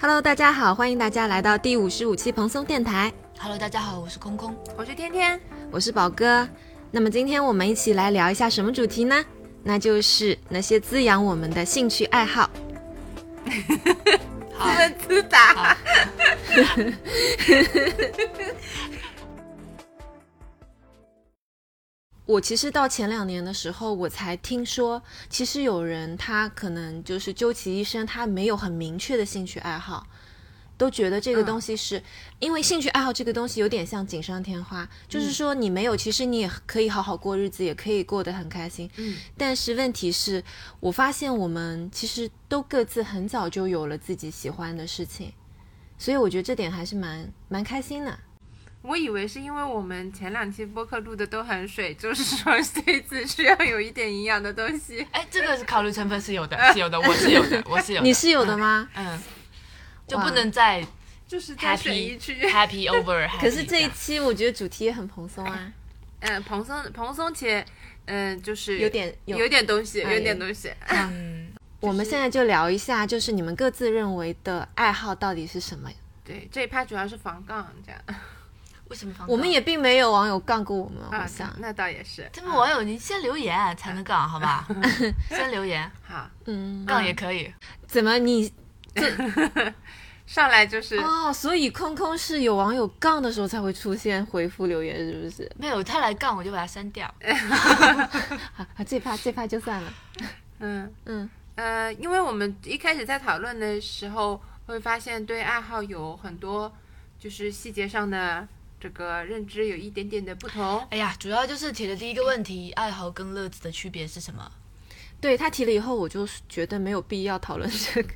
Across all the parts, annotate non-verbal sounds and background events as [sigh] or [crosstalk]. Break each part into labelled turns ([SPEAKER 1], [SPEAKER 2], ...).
[SPEAKER 1] Hello，大家好，欢迎大家来到第五十五期蓬松电台，
[SPEAKER 2] Hello，大家好，我是空空。
[SPEAKER 3] 我是天天，
[SPEAKER 1] 我是宝哥。那么今天我们一起来聊一下什么主题呢？那就是那些滋养我们的兴趣爱好。
[SPEAKER 2] 好，
[SPEAKER 3] [laughs] 自打。
[SPEAKER 1] [laughs] 我其实到前两年的时候，我才听说，其实有人他可能就是究其一生，他没有很明确的兴趣爱好，都觉得这
[SPEAKER 3] 嗯
[SPEAKER 1] 个东西是、因为兴趣爱好这个东西有点像锦上添
[SPEAKER 3] 嗯
[SPEAKER 1] 花，就是说你没有，其实你也可以好好过日子，也可以过得很开心。
[SPEAKER 2] 嗯，
[SPEAKER 1] 但是问题是我发现我们其实都各自很早就有了自己喜欢的事情，所以我觉得这点还是蛮蛮开心的。
[SPEAKER 3] 我以为是因为我们前两期播客录的都很水，就是说这次需要有一点营养的东西。
[SPEAKER 2] 哎，这个是考虑成分是有的，是有的，我是有
[SPEAKER 3] [laughs]
[SPEAKER 2] 的，我是有的。
[SPEAKER 1] 你是有的吗？
[SPEAKER 2] 嗯，就
[SPEAKER 1] 哇
[SPEAKER 2] 不能再
[SPEAKER 3] 就是在水一
[SPEAKER 2] happy
[SPEAKER 3] 区，
[SPEAKER 2] happy over happy
[SPEAKER 3] [laughs]
[SPEAKER 2] 样。
[SPEAKER 1] 可是这一期我觉得主题也很蓬松啊，
[SPEAKER 3] 嗯，蓬松蓬松且，嗯，就是
[SPEAKER 1] 有点有
[SPEAKER 3] 有点东西，
[SPEAKER 1] 哎
[SPEAKER 3] 有点东西。 [laughs]
[SPEAKER 2] 嗯，
[SPEAKER 1] 我们现在就聊一下，就是你们各自认为的爱好到底是什
[SPEAKER 3] 嗯
[SPEAKER 1] 么？
[SPEAKER 3] 对，这一趴主要是防杠这样。
[SPEAKER 2] 为什么放
[SPEAKER 1] 我们也并没有网友杠过我们，
[SPEAKER 3] 啊
[SPEAKER 1] 我想，，
[SPEAKER 3] [laughs] 那倒也是。啊
[SPEAKER 2] 他们网友，你先留言才能杠，好
[SPEAKER 3] [laughs]
[SPEAKER 2] 吧？先留言
[SPEAKER 3] 好，
[SPEAKER 1] 嗯，
[SPEAKER 3] 啊
[SPEAKER 2] 杠也可以。
[SPEAKER 1] 怎么你
[SPEAKER 3] 上来就是
[SPEAKER 1] 哦？所以空空是有网友杠的时候才会出现回复留言，是不是？
[SPEAKER 2] 没有他来杠，我就把他删掉。
[SPEAKER 1] 好，好啊这趴这趴就算了。
[SPEAKER 3] 嗯
[SPEAKER 1] 嗯
[SPEAKER 3] 呃，因为我们一开始在讨论的时候，会发现对爱好有很多就是细节上的这个认知有一点点的不同。
[SPEAKER 2] 哎呀，主要就是铁的第一个问题，爱好跟乐子的区别是什么？
[SPEAKER 1] 对他提了以后，我就觉得没有必要讨论这个，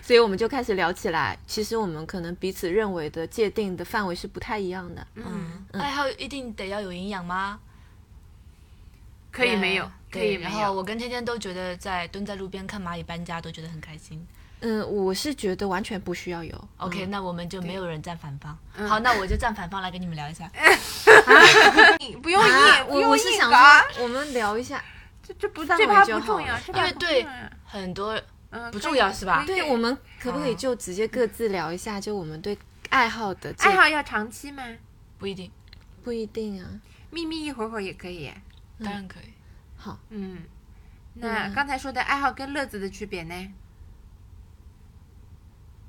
[SPEAKER 1] 所以我们就开始聊起来。其实我们可能彼此认为的界定的范围是不太一样的。
[SPEAKER 2] 嗯，爱好一定得要有营养吗？
[SPEAKER 3] 可以没有，可
[SPEAKER 2] 对
[SPEAKER 3] 以没
[SPEAKER 2] 然后
[SPEAKER 3] 有。
[SPEAKER 2] 我跟天天都觉得在蹲在路边看蚂蚁搬家都觉得很开心。
[SPEAKER 1] 嗯，我是觉得完全不需要有。
[SPEAKER 2] OK，、那我们就没有人站反方。
[SPEAKER 3] 嗯
[SPEAKER 2] 好，那我就站反方来跟你们聊一下。
[SPEAKER 3] 你不用硬，
[SPEAKER 1] 啊，
[SPEAKER 3] 不
[SPEAKER 1] 我
[SPEAKER 3] 用
[SPEAKER 1] 我是
[SPEAKER 3] 硬
[SPEAKER 1] 想
[SPEAKER 3] 搞，
[SPEAKER 1] 说，我们聊一下，
[SPEAKER 3] 这这不
[SPEAKER 1] 范
[SPEAKER 3] 这
[SPEAKER 1] 围
[SPEAKER 3] 趴
[SPEAKER 1] 就
[SPEAKER 3] 不
[SPEAKER 1] 好
[SPEAKER 3] 重要，
[SPEAKER 1] 了
[SPEAKER 3] 这
[SPEAKER 2] 因
[SPEAKER 3] 趴
[SPEAKER 2] 为
[SPEAKER 3] 不
[SPEAKER 2] 对
[SPEAKER 3] 重要
[SPEAKER 2] 很多
[SPEAKER 3] 嗯，
[SPEAKER 2] 不
[SPEAKER 3] 可
[SPEAKER 2] 重
[SPEAKER 3] 以
[SPEAKER 2] 要是吧
[SPEAKER 3] 可以
[SPEAKER 1] 对我们可不可以
[SPEAKER 2] 好
[SPEAKER 1] 就直接各自聊一下，就我们对爱好的这
[SPEAKER 3] 爱好要长期吗？
[SPEAKER 2] 不一定，
[SPEAKER 1] 不一定啊。
[SPEAKER 3] 秘密一会儿会儿也可以。
[SPEAKER 2] 当然可以。
[SPEAKER 3] 嗯，那
[SPEAKER 1] 嗯
[SPEAKER 3] 刚才说的爱好跟乐子的区别呢？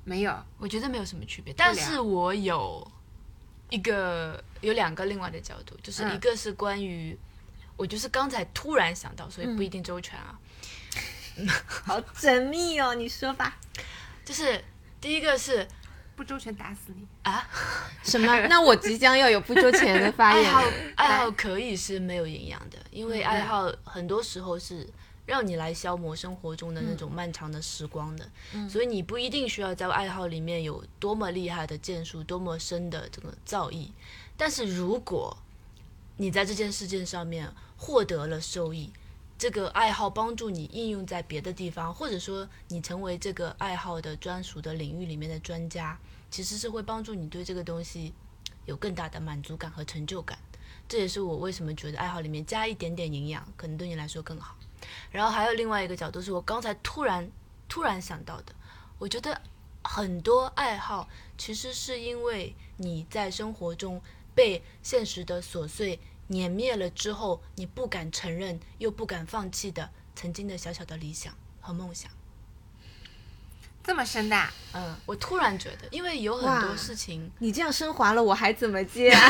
[SPEAKER 3] 没有，
[SPEAKER 2] 我觉得没有什么区别，但是我有一个有两个另外的角度，就是
[SPEAKER 3] 嗯
[SPEAKER 2] 一个是关于、我就是刚才突然想到，所以
[SPEAKER 3] 嗯
[SPEAKER 2] 不一定周全啊。
[SPEAKER 1] 好缜密哦，你说吧。
[SPEAKER 2] 就是第一个是
[SPEAKER 3] 不周全打死你。
[SPEAKER 2] 啊，
[SPEAKER 1] 什 [laughs] 么？那我即将要有不周全的发
[SPEAKER 2] 爱
[SPEAKER 1] 言
[SPEAKER 2] 好。 [laughs] 爱好可以是没有营养的，因为爱好很多时候是让你来消磨生活中的那种漫长的时光的，所以你不一定需要在爱好里面有多么厉害的建树，多么深的这个造诣。但是如果你在这件事件上面获得了收益，这个爱好帮助你应用在别的地方，或者说你成为这个爱好的专属的领域里面的专家，其实是会帮助你对这个东西有更大的满足感和成就感。这也是我为什么觉得爱好里面加一点点营养，可能对你来说更好。然后还有另外一个角度，是我刚才突然突然想到的，我觉得很多爱好其实是因为你在生活中被现实的琐碎碾灭了之后，你不敢承认又不敢放弃的曾经的小小的理想和梦想。
[SPEAKER 3] 这么深的啊，
[SPEAKER 2] 嗯，我突然觉得，因为有很
[SPEAKER 1] 哇
[SPEAKER 2] 多事情，
[SPEAKER 1] 你这样升华了，我还怎么接 [laughs] 啊？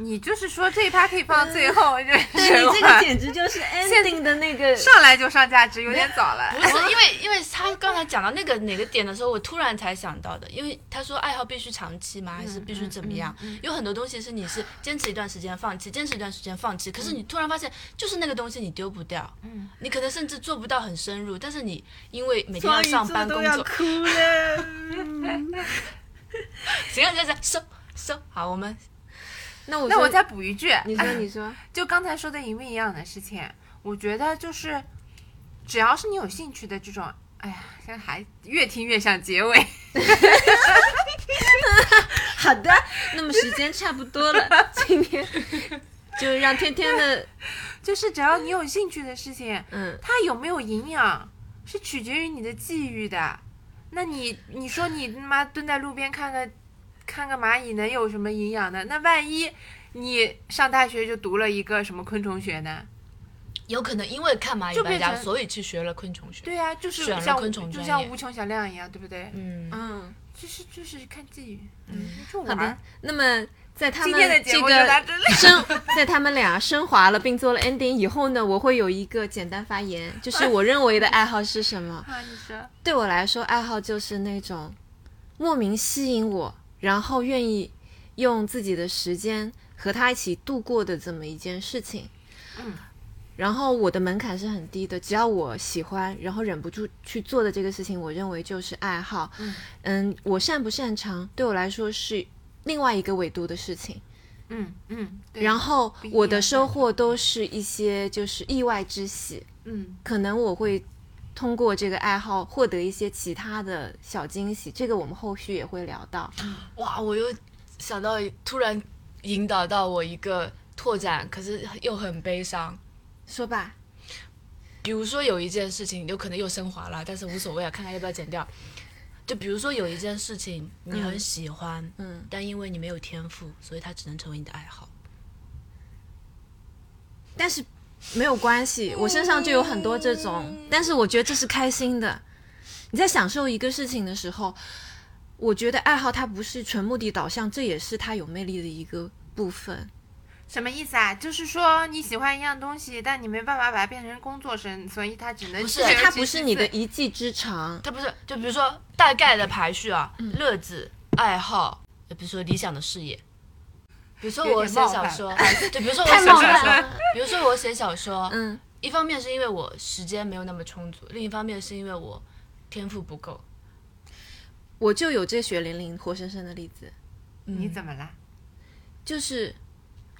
[SPEAKER 3] 你就是说这一趴可以放最后，对
[SPEAKER 1] 嗯对你这个简直就是 ending 的那 [laughs] 个。
[SPEAKER 3] 啊上来就上价值，有点早了
[SPEAKER 2] 不。是因为，因为他刚才讲到那个哪个点的时候，我突然才想到的。因为他说爱好必须长期吗？还是必须怎么样？有很多东西是你是坚持一段时间放弃，坚持一段时间放弃。可是你突然发现，就是那个东西你丢不掉，
[SPEAKER 3] 嗯，
[SPEAKER 2] 你可能甚至做不到很深入，但是你因为每天要上班工作，
[SPEAKER 1] 哭了。
[SPEAKER 2] 行行行，收收，好，我们
[SPEAKER 1] [laughs] 那我
[SPEAKER 3] 那我
[SPEAKER 1] 再，
[SPEAKER 3] 再补一句，
[SPEAKER 1] 你 [laughs] 说你说，
[SPEAKER 3] 就刚才说的一模一样的事情，我觉得就是，只要是你有兴趣的这种，哎呀，现在还越听越像结尾。 [laughs]
[SPEAKER 1] 好的，那么时间差不多了， [laughs] 今天就让天天的
[SPEAKER 3] 就是只要你有兴趣的事情，
[SPEAKER 1] 嗯
[SPEAKER 3] 它有没有营养，是取决于你的际遇的。那你你说你他妈蹲在路边看个看个蚂蚁能有什么营养呢？那万一你上大学就读了一个什么昆虫学呢？
[SPEAKER 2] 有可能因为看蚂蚁
[SPEAKER 3] 就
[SPEAKER 2] 搬
[SPEAKER 3] 变
[SPEAKER 2] 家，
[SPEAKER 3] 成
[SPEAKER 2] 所以去学了昆虫学。
[SPEAKER 3] 对呀、就是
[SPEAKER 2] 选了
[SPEAKER 3] 像
[SPEAKER 2] 昆虫
[SPEAKER 3] 就
[SPEAKER 2] 专
[SPEAKER 3] 像
[SPEAKER 2] 业
[SPEAKER 3] 无穷小亮一样，对不对？
[SPEAKER 2] 嗯，
[SPEAKER 1] 嗯，
[SPEAKER 3] 就是就是看际遇，嗯，就
[SPEAKER 1] 好
[SPEAKER 3] 玩
[SPEAKER 1] 的
[SPEAKER 3] 儿。。
[SPEAKER 1] 那么在他
[SPEAKER 3] 今
[SPEAKER 1] 们
[SPEAKER 3] 天的节
[SPEAKER 1] 这
[SPEAKER 3] 目就到
[SPEAKER 1] 个
[SPEAKER 3] [laughs] 这里。
[SPEAKER 1] 升，在他们俩升华了并做了 ending 以后呢，我会有一个简单发言，就是我认为的爱好是什么。
[SPEAKER 3] 啊，你说，
[SPEAKER 1] 对我来说，爱好就是那种莫名吸引我，然后愿意用自己的时间和他一起度过的这么一件事情。
[SPEAKER 3] 嗯，
[SPEAKER 1] 然后我的门槛是很低的，只要我喜欢，然后忍不住去做的这个事情，我认为就是爱好。
[SPEAKER 3] 嗯
[SPEAKER 1] 嗯，我擅不擅长，对我来说是另外一个维度的事情。
[SPEAKER 3] 嗯嗯，对
[SPEAKER 1] 然后
[SPEAKER 3] 不一
[SPEAKER 1] 我的
[SPEAKER 3] 样
[SPEAKER 1] 收获都是一些就是意外之喜。
[SPEAKER 3] 嗯
[SPEAKER 1] 可能我会通过这个爱好获得一些其他的小惊喜，这个我们后续也会聊到。
[SPEAKER 2] 哇，我又想到一，突然引导到我一个拓展，可是又很悲伤。
[SPEAKER 1] 说吧，
[SPEAKER 2] 比如说有一件事情，有可能又升华了，但是无所谓啊，看看要不要剪掉。就比如说有一件事情你很喜欢，
[SPEAKER 1] 嗯，
[SPEAKER 2] 但因为你没有天赋，所以它只能成为你的爱好。
[SPEAKER 1] 但是没有关系，我身上就有很多这种，但是我觉得这是开心的。你在享受一个事情的时候，我觉得爱好它不是纯目的导向，这也是它有魅力的一个部分。
[SPEAKER 3] 什么意思啊？就是说你喜欢一样东西，但你没办法把它变成工作生，所以它只能
[SPEAKER 2] 不是
[SPEAKER 3] 自由
[SPEAKER 1] 它
[SPEAKER 3] 去
[SPEAKER 1] 不
[SPEAKER 3] 其
[SPEAKER 1] 是你
[SPEAKER 3] 次
[SPEAKER 1] 的一技之长，
[SPEAKER 2] 它不是，就比如说大概的排序啊，乐子、爱好，呃比如说理想的事业。比如说我写小说， [laughs] 就比如说我写
[SPEAKER 1] 太冒
[SPEAKER 2] 小
[SPEAKER 1] 犯
[SPEAKER 2] 说，比如说我写小说，
[SPEAKER 1] 嗯，
[SPEAKER 2] 一方面是因为我时间没有那么充足，另一方面是因为我天赋不够。
[SPEAKER 1] 我就有这血淋淋、活生生的例子。
[SPEAKER 2] 嗯
[SPEAKER 3] 你怎么了？
[SPEAKER 1] 就是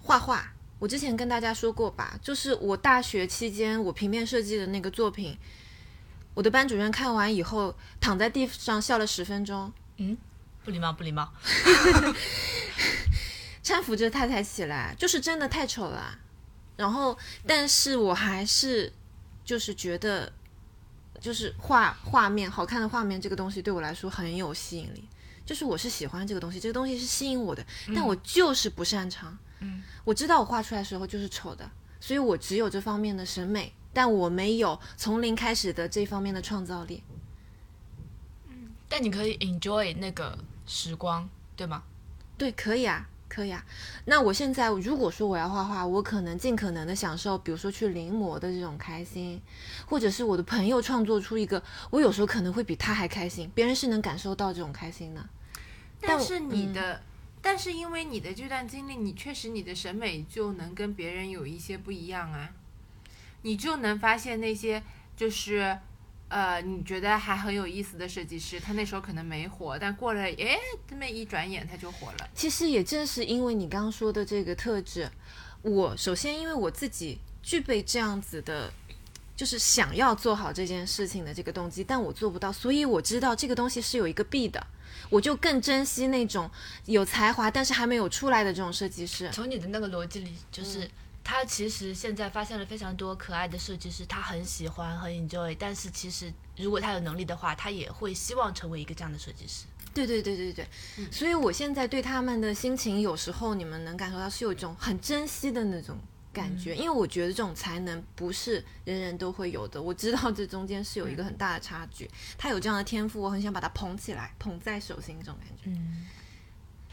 [SPEAKER 1] 画画。我之前跟大家说过吧，就是我大学期间我平面设计的那个作品，我的班主任看完以后躺在地上笑了十分钟，
[SPEAKER 2] 不礼貌，不礼貌。
[SPEAKER 1] 搀扶着他才起来，就是真的太丑了啊。然后，但是我还是就是觉得，就是画画面好看的画面这个东西对我来说很有吸引力，就是我是喜欢这个东西，这个东西是吸引我的，但我就是不擅长。嗯，我知道我画出来的时候就是丑的，所以我只有这方面的审美，但我没有从零开始的这方面的创造力。
[SPEAKER 2] 但你可以 enjoy 那个时光，对吗？
[SPEAKER 1] 对，可以啊，可以啊。那我现在如果说我要画画，我可能尽可能的享受，比如说去临摹的这种开心，或者是我的朋友创作出一个，我有时候可能会比他还开心，别人是能感受到这种开心的。但
[SPEAKER 3] 但嗯
[SPEAKER 1] 我
[SPEAKER 3] 是你的，但是因为你的这段经历，你确实你的审美就能跟别人有一些不一样啊，你就能发现那些就是。呃，你觉得还很有意思的设计师，他那时候可能没火，但过了诶，这么一转眼他就火了。
[SPEAKER 1] 其实也正是因为你刚刚说的这个特质，我首先因为我自己具备这样子的，就是想要做好这件事情的这个动机，但我做不到，所以我知道这个东西是有一个弊的，我就更珍惜那种有才华但是还没有出来的这种设计师。
[SPEAKER 2] 从你的那个逻辑里，就是、他其实现在发现了非常多可爱的设计师，他很喜欢，很 enjoy，但是其实如果他有能力的话，他也会希望成为一个这样的设计师。
[SPEAKER 1] 对对对对对，所以我现在对他们的心情，有时候你们能感受到是有一种很珍惜的那种感觉，因为我觉得这种才能不是人人都会有的。我知道这中间是有一个很大的差距，他有这样的天赋，我很想把他捧起来，捧在手心这种感觉。
[SPEAKER 2] 嗯，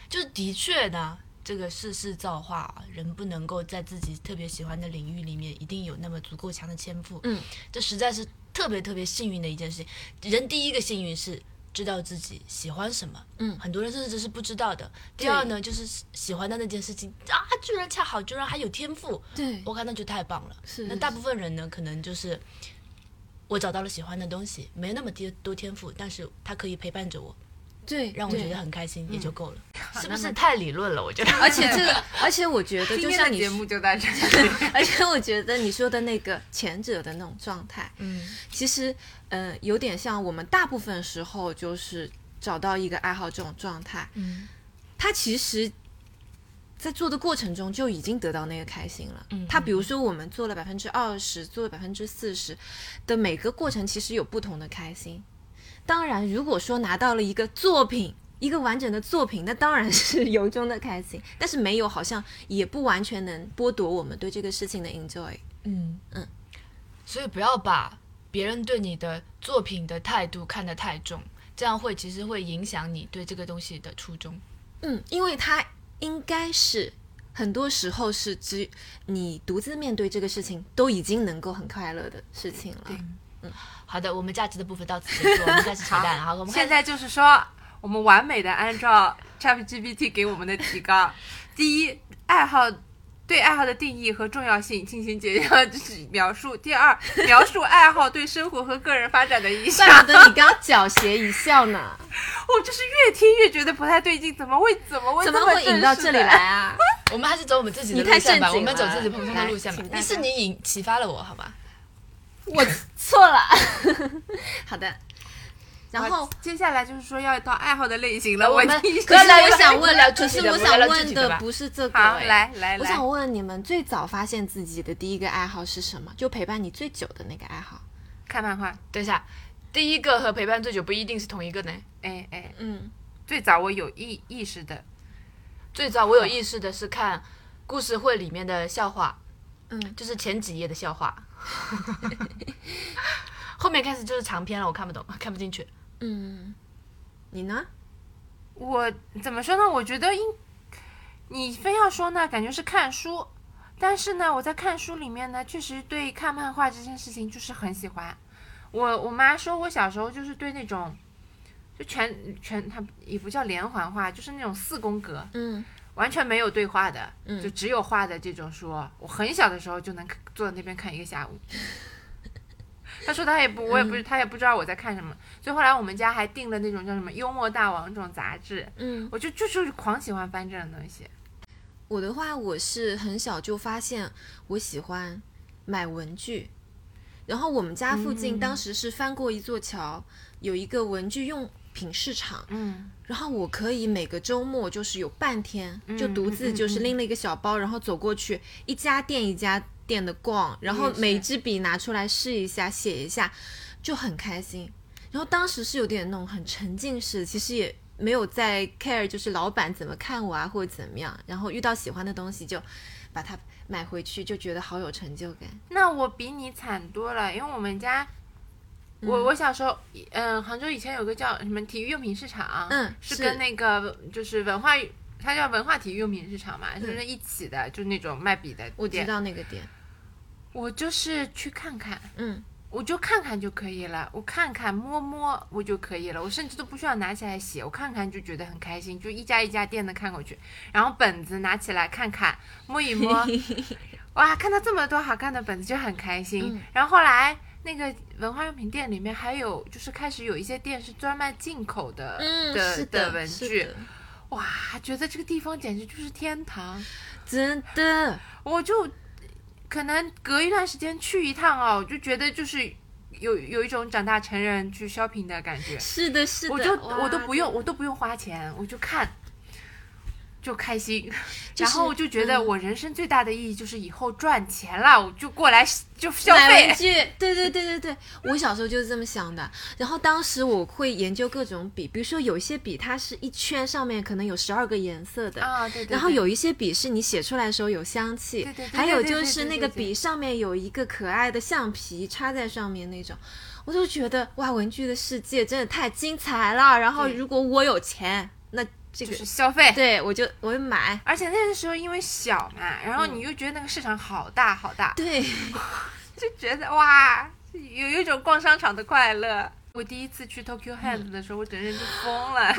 [SPEAKER 2] 就是的确呢，这个世事造化啊，人不能够在自己特别喜欢的领域里面一定有那么足够强的天赋。
[SPEAKER 1] 嗯，
[SPEAKER 2] 这实在是特别特别幸运的一件事情。人第一个幸运是知道自己喜欢什么，
[SPEAKER 1] 嗯
[SPEAKER 2] 很多人甚至是不知道的。第二呢，就是喜欢的那件事情啊，居然恰好，居然还有天赋，
[SPEAKER 1] 对，
[SPEAKER 2] 我看那就太棒了。
[SPEAKER 1] 是
[SPEAKER 2] 那
[SPEAKER 1] 是
[SPEAKER 2] 大
[SPEAKER 1] 是
[SPEAKER 2] 部分人呢，可能就是我找到了喜欢的东西，没那么多多天赋，但是它可以陪伴着我，
[SPEAKER 1] 对，
[SPEAKER 2] 让我
[SPEAKER 1] 对嗯
[SPEAKER 2] 觉得。很开心，也就够了，是不是太理论了？我觉 [laughs] 得，
[SPEAKER 1] 而且这个，而且我觉得，
[SPEAKER 3] 今
[SPEAKER 1] 就
[SPEAKER 3] 天
[SPEAKER 1] 像
[SPEAKER 3] 的
[SPEAKER 1] 你
[SPEAKER 3] 节，目就到 [laughs] 这里。
[SPEAKER 1] 而且我觉得你说的那个前者的那种状态，
[SPEAKER 2] 嗯，
[SPEAKER 1] 其实，嗯、有点像我们大部分时候就是找到一个爱好这种状态。
[SPEAKER 2] 嗯，
[SPEAKER 1] 他其实，在做的过程中就已经得到那个开心了。
[SPEAKER 2] 嗯
[SPEAKER 1] 他比如说我们做了百分之二十，做了百分之四十的每个过程，其实有不同的开心。当然，如果说拿到了一个作品，一个完整的作品，那当然 [laughs] 是由衷的开心。但是没有，好像也不完全能剥夺我们对这个事情的 enjoy。
[SPEAKER 2] 嗯嗯，所以不要把别人对你的作品的态度看得太重，这样会其实会影响你对这个东西的初衷。
[SPEAKER 1] 嗯，因为它应该是很多时候是只你独自面对这个事情，都已经能够很快乐的事情了。
[SPEAKER 2] 好的，我们价值的部分到此结束，我们开始扯淡。好，我们开
[SPEAKER 3] 现
[SPEAKER 2] 始
[SPEAKER 3] 在就是说，我们完美的按照 ChatGPT 给我们的提纲，第一，爱好对爱好的定义和重要性进行简要描述；第二，描述爱好对生活和个人发展的影响。
[SPEAKER 1] 怪不得你刚狡黠一笑呢，
[SPEAKER 3] 我就是越听越觉得不太对劲，怎么会怎么会
[SPEAKER 1] 怎么会引到这里来？啊？
[SPEAKER 2] 我们还是走我们自己的
[SPEAKER 1] 你
[SPEAKER 2] 路
[SPEAKER 1] 太
[SPEAKER 2] 线吧，
[SPEAKER 1] 正
[SPEAKER 2] 我
[SPEAKER 1] 经
[SPEAKER 2] 们走
[SPEAKER 1] 了
[SPEAKER 2] 自己蓬松的
[SPEAKER 1] 来
[SPEAKER 2] 路线吧
[SPEAKER 1] 请。大
[SPEAKER 2] 你是
[SPEAKER 1] 家
[SPEAKER 2] 你引启发了我，好吧？
[SPEAKER 1] 我错了。 [laughs] 好的，然后
[SPEAKER 3] 好接下来就是说要到爱好的类型了。
[SPEAKER 2] 我
[SPEAKER 3] 我
[SPEAKER 2] 们
[SPEAKER 3] 已经
[SPEAKER 1] 可是我想
[SPEAKER 2] 不要
[SPEAKER 1] 问啊
[SPEAKER 2] 聊，具
[SPEAKER 1] 可是
[SPEAKER 2] 体的
[SPEAKER 1] 我
[SPEAKER 2] 不要
[SPEAKER 1] 想
[SPEAKER 2] 聊具
[SPEAKER 1] 问
[SPEAKER 2] 体的吧
[SPEAKER 1] 不是这个。
[SPEAKER 3] 好，
[SPEAKER 1] 哎
[SPEAKER 3] 来来
[SPEAKER 1] 我
[SPEAKER 3] 来，
[SPEAKER 1] 想问你们最早发现自己的第一个爱好是什么？就陪伴你最久的那个爱好。
[SPEAKER 3] 看漫画。
[SPEAKER 2] 等一下，第一个和陪伴最久不一定是同一个呢。
[SPEAKER 3] 哎哎，
[SPEAKER 1] 嗯，
[SPEAKER 3] 最早我有意意识的，
[SPEAKER 2] 最早我有意识的是看故事会里面的笑话，
[SPEAKER 1] 嗯，
[SPEAKER 2] 就是前几页的笑 [laughs] 话，后面开始就是长篇了，我看不懂， [laughs] 看不进去。
[SPEAKER 1] 嗯，你呢？
[SPEAKER 3] 我怎么说呢？我觉得应你非要说呢，感觉是看书，但是呢，我在看书里面呢，确实对看漫画这件事情就是很喜欢。我我妈说我小时候就是对那种，就全全它也不叫连环画，就是那种四宫格，
[SPEAKER 1] 嗯
[SPEAKER 3] 完全没有对话的，
[SPEAKER 1] 嗯
[SPEAKER 3] 就只有画的这种书。我很小的时候就能看坐在那边看一个下午。他说他也不，我也不是，他也不知道我在看什么。所以后来我们家还订了那种叫什么《幽默大王》这种杂志，
[SPEAKER 1] 嗯，
[SPEAKER 3] 我就就就是狂喜欢翻这种东西。
[SPEAKER 1] 我的话，我是很小就发现我喜欢买文具，然后我们家附近当时是翻过一座桥，有一个文具用品市场，
[SPEAKER 3] 嗯，
[SPEAKER 1] 然后我可以每个周末就是有半天，就独
[SPEAKER 3] 嗯
[SPEAKER 1] 自
[SPEAKER 3] 嗯
[SPEAKER 1] 就是拎了一个小包，然后走过去一家店一家店的逛，然后
[SPEAKER 3] 也是
[SPEAKER 1] 每支笔拿出来试一下，写一下，就很开心。然后当时是有点那种很沉浸式，其实也没有在 care 就是老板怎么看我啊或者怎么样。然后遇到喜欢的东西就把它买回去，就觉得好有成就感。
[SPEAKER 3] 那我比你惨多了，因为我们家，我我小时候，嗯，杭州以前有个叫什么体育用品市场，
[SPEAKER 1] 嗯
[SPEAKER 3] 是
[SPEAKER 1] 是
[SPEAKER 3] 跟那个就是文化，它叫文化体育用品市场嘛，就是一起的，就那种卖笔的
[SPEAKER 1] 嗯我知
[SPEAKER 3] 店。
[SPEAKER 1] 道那个点，
[SPEAKER 3] 我就是去看看，
[SPEAKER 1] 嗯，
[SPEAKER 3] 我就看看就可以了，我看看摸摸我就可以了，我甚至都不需要拿起来写，我看看就觉得很开心，就一家一家店的看过去，然后本子拿起来看看，摸一
[SPEAKER 1] [laughs]
[SPEAKER 3] 摸，哇，看到这么多好看的本子就很开心。
[SPEAKER 1] 嗯
[SPEAKER 3] 然后后来那个文化用品店里面还有，就是开始有一些店是专卖进口的，
[SPEAKER 1] 嗯，
[SPEAKER 3] 的
[SPEAKER 1] 是
[SPEAKER 3] 的
[SPEAKER 1] 的，
[SPEAKER 3] 文
[SPEAKER 1] 是
[SPEAKER 3] 具
[SPEAKER 1] 的，
[SPEAKER 3] 哇，觉得这个地方简直就是天堂。
[SPEAKER 1] 真的，
[SPEAKER 3] 我就可能隔一段时间去一趟哦，我就觉得就是有有一种长大成人去 shopping 的感觉。
[SPEAKER 1] 是的，是的，
[SPEAKER 3] 我就
[SPEAKER 1] 哇
[SPEAKER 3] 我都不用，
[SPEAKER 1] 真的
[SPEAKER 3] 我都不用花钱，我就看。就开心，
[SPEAKER 1] [laughs] 就
[SPEAKER 3] 然后
[SPEAKER 1] 是
[SPEAKER 3] 我就觉得
[SPEAKER 1] 嗯
[SPEAKER 3] 我人生最大的意义就是以后赚钱了，我就过来就消
[SPEAKER 1] 买
[SPEAKER 3] 费
[SPEAKER 1] 文。具，对对对对对，我小时候就是这么想的。然后当时我会研究各种笔，比如说有一些笔它是一圈上面可能有十二个颜色的。
[SPEAKER 3] 啊，对对对。
[SPEAKER 1] 然后有一些笔是你写出来的时候有香气，
[SPEAKER 3] 对对对对
[SPEAKER 1] 还有
[SPEAKER 3] 对对
[SPEAKER 1] 就
[SPEAKER 3] 对
[SPEAKER 1] 是
[SPEAKER 3] 对
[SPEAKER 1] 那
[SPEAKER 3] 对
[SPEAKER 1] 个
[SPEAKER 3] 对
[SPEAKER 1] 笔上面有一个可爱的橡皮插在上面那种，我就觉得哇，文具的世界真的太精彩了。然后
[SPEAKER 3] 对
[SPEAKER 1] 如果我有钱，那这
[SPEAKER 3] 就
[SPEAKER 1] 个
[SPEAKER 3] 是消费，
[SPEAKER 1] 对我就我就买，
[SPEAKER 3] 而且那个时候因为小嘛，然后
[SPEAKER 1] 嗯
[SPEAKER 3] 你又觉得那个市场好大好大， [laughs]
[SPEAKER 1] 对，
[SPEAKER 3] 就觉得哇，有有一种逛商场的快乐。我第一次去 Tokyo
[SPEAKER 1] 嗯
[SPEAKER 3] Hands 的时候，我整个人就疯了，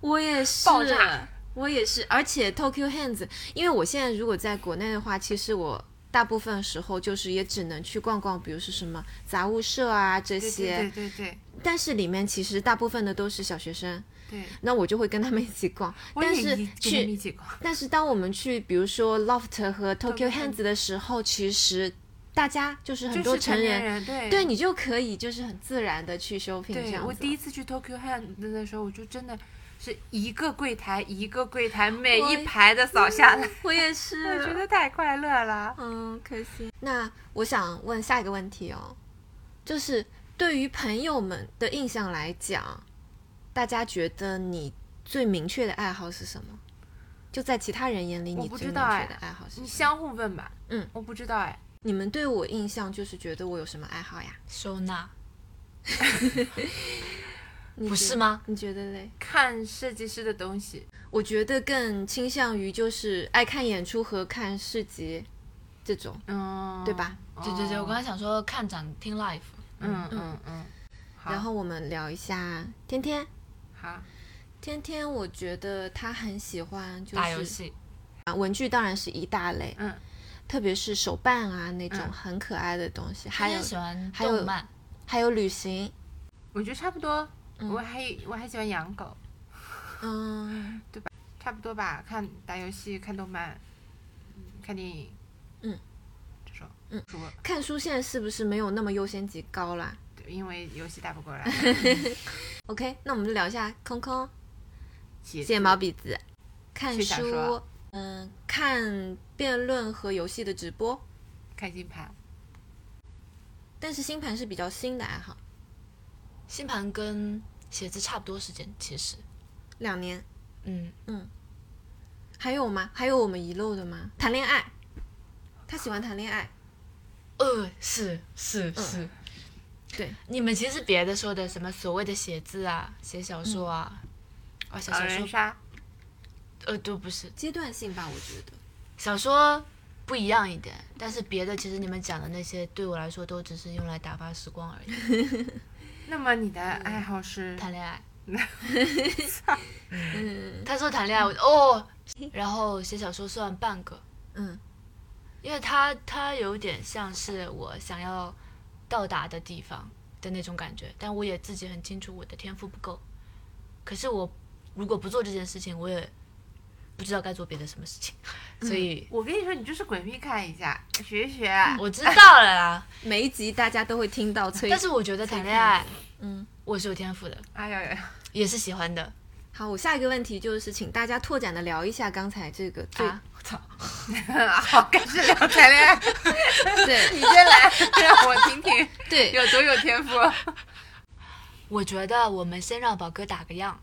[SPEAKER 1] 我也啊是
[SPEAKER 3] [laughs]
[SPEAKER 1] 啊
[SPEAKER 3] 爆炸。
[SPEAKER 1] 我也是，而且 Tokyo Hands，因为我现在如果在国内的话，其实我大部分时候就是也只能去逛逛，比如说什么杂物社啊这
[SPEAKER 3] 对
[SPEAKER 1] 些，
[SPEAKER 3] 对对对对
[SPEAKER 1] 但是里面其实大部分的都是小学生，
[SPEAKER 3] 对，
[SPEAKER 1] 那我就会跟他们一起逛。
[SPEAKER 3] 我
[SPEAKER 1] 但
[SPEAKER 3] 也
[SPEAKER 1] 是
[SPEAKER 3] 一跟他们
[SPEAKER 1] 去，
[SPEAKER 3] 一起逛，
[SPEAKER 1] 但是当我们去比如说 Loft 和 Tokyo
[SPEAKER 3] Tokyo
[SPEAKER 1] Hands 的时候，其实大家就是很
[SPEAKER 3] 就
[SPEAKER 1] 多
[SPEAKER 3] 是成
[SPEAKER 1] 成人，
[SPEAKER 3] 人对
[SPEAKER 1] 对你就可以就是很自然的去 shopping 这
[SPEAKER 3] 对，
[SPEAKER 1] 样
[SPEAKER 3] 我
[SPEAKER 1] 子
[SPEAKER 3] 第一次去 Tokyo Hands 的时候，我就真的是一个柜台一个柜台每一排的扫下来，
[SPEAKER 1] [laughs] 我也是，
[SPEAKER 3] [laughs] 我觉得太快乐了。
[SPEAKER 1] 嗯嗯，可惜。那我想问下一个问题哦，就是对于朋友们的印象来讲，大家觉得你最明确的爱好是什么？就在其他人眼里，
[SPEAKER 3] 我
[SPEAKER 1] 你
[SPEAKER 3] 不
[SPEAKER 1] 最
[SPEAKER 3] 知
[SPEAKER 1] 明确
[SPEAKER 3] 道哎
[SPEAKER 1] 的爱好是什
[SPEAKER 3] 你
[SPEAKER 1] 么？
[SPEAKER 3] 相互问吧。
[SPEAKER 1] 嗯，
[SPEAKER 3] 我不知道哎，
[SPEAKER 1] 你们对我印象就是觉得我有什么爱好呀？
[SPEAKER 2] 收纳
[SPEAKER 1] 你
[SPEAKER 2] 不
[SPEAKER 1] 觉
[SPEAKER 2] 是
[SPEAKER 1] 得？
[SPEAKER 2] 吗？
[SPEAKER 1] 你觉得嘞？
[SPEAKER 3] 看设计师的东西，
[SPEAKER 1] 我觉得更倾向于就是爱看演出和看市集这种。
[SPEAKER 3] 嗯，
[SPEAKER 1] 对吧？
[SPEAKER 2] 对对对，我刚才想说看展听 live，
[SPEAKER 3] 嗯嗯嗯，好
[SPEAKER 1] 然后我们聊一下天天，
[SPEAKER 3] 好，
[SPEAKER 1] 天天我觉得他很喜欢就
[SPEAKER 2] 打游
[SPEAKER 1] 是
[SPEAKER 2] 戏，
[SPEAKER 1] 啊文具当然是一大类，
[SPEAKER 3] 嗯，
[SPEAKER 1] 特别是手办啊那种
[SPEAKER 3] 嗯
[SPEAKER 1] 很可爱的东西，还
[SPEAKER 2] 天
[SPEAKER 1] 有
[SPEAKER 2] 天喜欢
[SPEAKER 1] 还有
[SPEAKER 2] 动漫，
[SPEAKER 1] 还有旅行，
[SPEAKER 3] 我觉得差不多。我还我还喜欢养狗，
[SPEAKER 1] 嗯，
[SPEAKER 3] 差不多吧。看打游戏、看动漫、嗯看电影，
[SPEAKER 1] 嗯，
[SPEAKER 3] 这种，
[SPEAKER 1] 嗯，
[SPEAKER 3] 主播
[SPEAKER 1] 看书现在是不是没有那么优先级高啦
[SPEAKER 3] 对因为游戏打不过来，
[SPEAKER 1] ？OK，那我们就聊一下空空
[SPEAKER 3] 写
[SPEAKER 1] 借毛笔字，看
[SPEAKER 3] 去小
[SPEAKER 1] 书
[SPEAKER 3] 说，啊
[SPEAKER 1] 嗯，看辩论和游戏的直播，
[SPEAKER 3] 看星盘，
[SPEAKER 1] 但是星盘是比较新的爱好，
[SPEAKER 2] 星盘跟写字差不多时间，其实，
[SPEAKER 1] 两年。
[SPEAKER 2] 嗯，
[SPEAKER 1] 还有吗？还有我们遗漏的吗？谈恋爱，他喜欢谈恋爱，
[SPEAKER 2] 呃，是是
[SPEAKER 1] 嗯
[SPEAKER 2] 是，
[SPEAKER 1] 对，
[SPEAKER 2] 你们其实别的说的什么所谓的写字啊、写小说啊，啊写
[SPEAKER 3] 狼
[SPEAKER 2] 小
[SPEAKER 3] 人
[SPEAKER 2] 说，
[SPEAKER 3] 杀，
[SPEAKER 2] 呃，都不是，
[SPEAKER 1] 阶段性吧，我觉得。
[SPEAKER 2] 小说不一样一点，但是别的其实你们讲的那些对我来说都只是用来打发时光而已。
[SPEAKER 3] 那么你的爱好是？
[SPEAKER 2] 谈恋爱，嗯他说谈恋爱，我就哦，然后写小说算半个，
[SPEAKER 1] 嗯
[SPEAKER 2] 因为他他有点像是我想要到达的地方的那种感觉，但我也自己很清楚我的天赋不够，可是我如果不做这件事情，我也不知道该做别的什么事情，所以
[SPEAKER 3] 我跟你说，你就是鬼秘看一下，学啊一学。
[SPEAKER 2] 我知道了啦。
[SPEAKER 1] 每一集大家都会听到催。
[SPEAKER 2] 但是我觉得谈恋爱，
[SPEAKER 1] 嗯，
[SPEAKER 2] 我是有天赋的，
[SPEAKER 3] 哎呀呀，
[SPEAKER 2] 也是喜欢的
[SPEAKER 1] 好，我下一个问题就是，请大家拓展的聊一下刚才这个最、
[SPEAKER 2] 啊！我操，
[SPEAKER 3] 好，开始聊谈恋爱，
[SPEAKER 1] [laughs] 对
[SPEAKER 3] 你先来，让我听听
[SPEAKER 1] 对
[SPEAKER 3] 有多有天赋。
[SPEAKER 2] 我觉得我们先让宝哥打个样，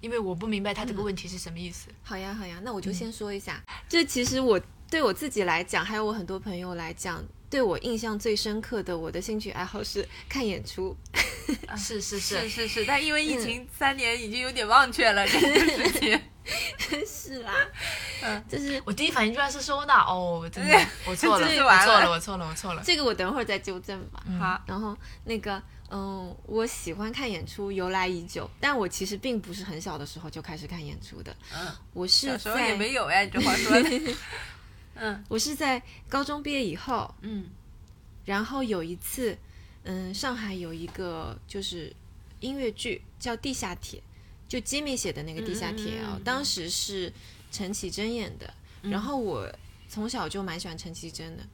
[SPEAKER 2] 因为我不明白他这个问题是什么意思。
[SPEAKER 1] 好呀好呀，那
[SPEAKER 3] 嗯
[SPEAKER 1] 我就先说一下，这其实我对我自己来讲，还有我很多朋友来讲，对我印象最深刻的我的兴趣爱好是看演出。 [laughs]
[SPEAKER 2] 是是
[SPEAKER 3] 是
[SPEAKER 2] 是，
[SPEAKER 3] 是是，但因为疫情三年已经有点忘却了这件事情。
[SPEAKER 1] 是啦，
[SPEAKER 3] [laughs] 嗯
[SPEAKER 1] 就是
[SPEAKER 2] 我第一反应居然是收纳哦，真的，我错了，
[SPEAKER 3] 真是
[SPEAKER 2] 我
[SPEAKER 3] 完
[SPEAKER 2] 错
[SPEAKER 3] 了
[SPEAKER 2] 了，我错了，我错了。
[SPEAKER 1] 这个我等会儿再纠正吧。
[SPEAKER 2] 嗯
[SPEAKER 3] 好，
[SPEAKER 1] 然后那个，嗯，我喜欢看演出由来已久，但我其实并不是很小的时候就开始看演出的，
[SPEAKER 3] 嗯，
[SPEAKER 1] 我是
[SPEAKER 3] 小时候也
[SPEAKER 1] 在
[SPEAKER 3] 没有哎，这话说的。 [laughs] 嗯
[SPEAKER 1] 我是在高中毕业以后，
[SPEAKER 3] [laughs] 嗯
[SPEAKER 1] 然后有一次，嗯，上海有一个就是音乐剧叫《地下铁》，就 Jimmy 写的那个《地下铁》啊、
[SPEAKER 3] 嗯嗯嗯嗯嗯
[SPEAKER 1] 当时是陈绮贞演的，然后我从小就蛮喜欢陈绮贞的。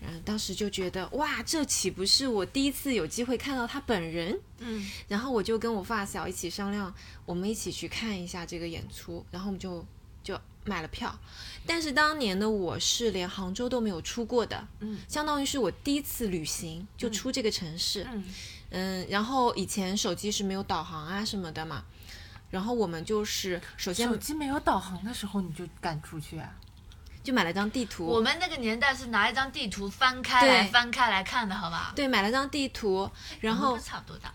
[SPEAKER 1] 然后当时就觉得哇，这岂不是我第一次有机会看到她本人？
[SPEAKER 3] 嗯
[SPEAKER 1] 然后我就跟我发小一起商量，我们一起去看一下这个演出，然后我们就就买了票。但是当年的我是连杭州都没有出过的，
[SPEAKER 3] 嗯，
[SPEAKER 1] 相当于是我第一次旅行就出这个城市，
[SPEAKER 3] 嗯
[SPEAKER 1] 嗯，然后以前手机是没有导航啊什么的嘛，然后我们就是首先
[SPEAKER 3] 手机没有导航的时候你就敢出去 [laughs] 啊？
[SPEAKER 1] 就买了张地图，
[SPEAKER 2] 我们那个年代是拿一张地图翻开来
[SPEAKER 1] 对
[SPEAKER 2] 翻开来看的，好吧？
[SPEAKER 1] 对，买了张地图，然
[SPEAKER 2] 我
[SPEAKER 1] 后
[SPEAKER 2] 们都差不多大。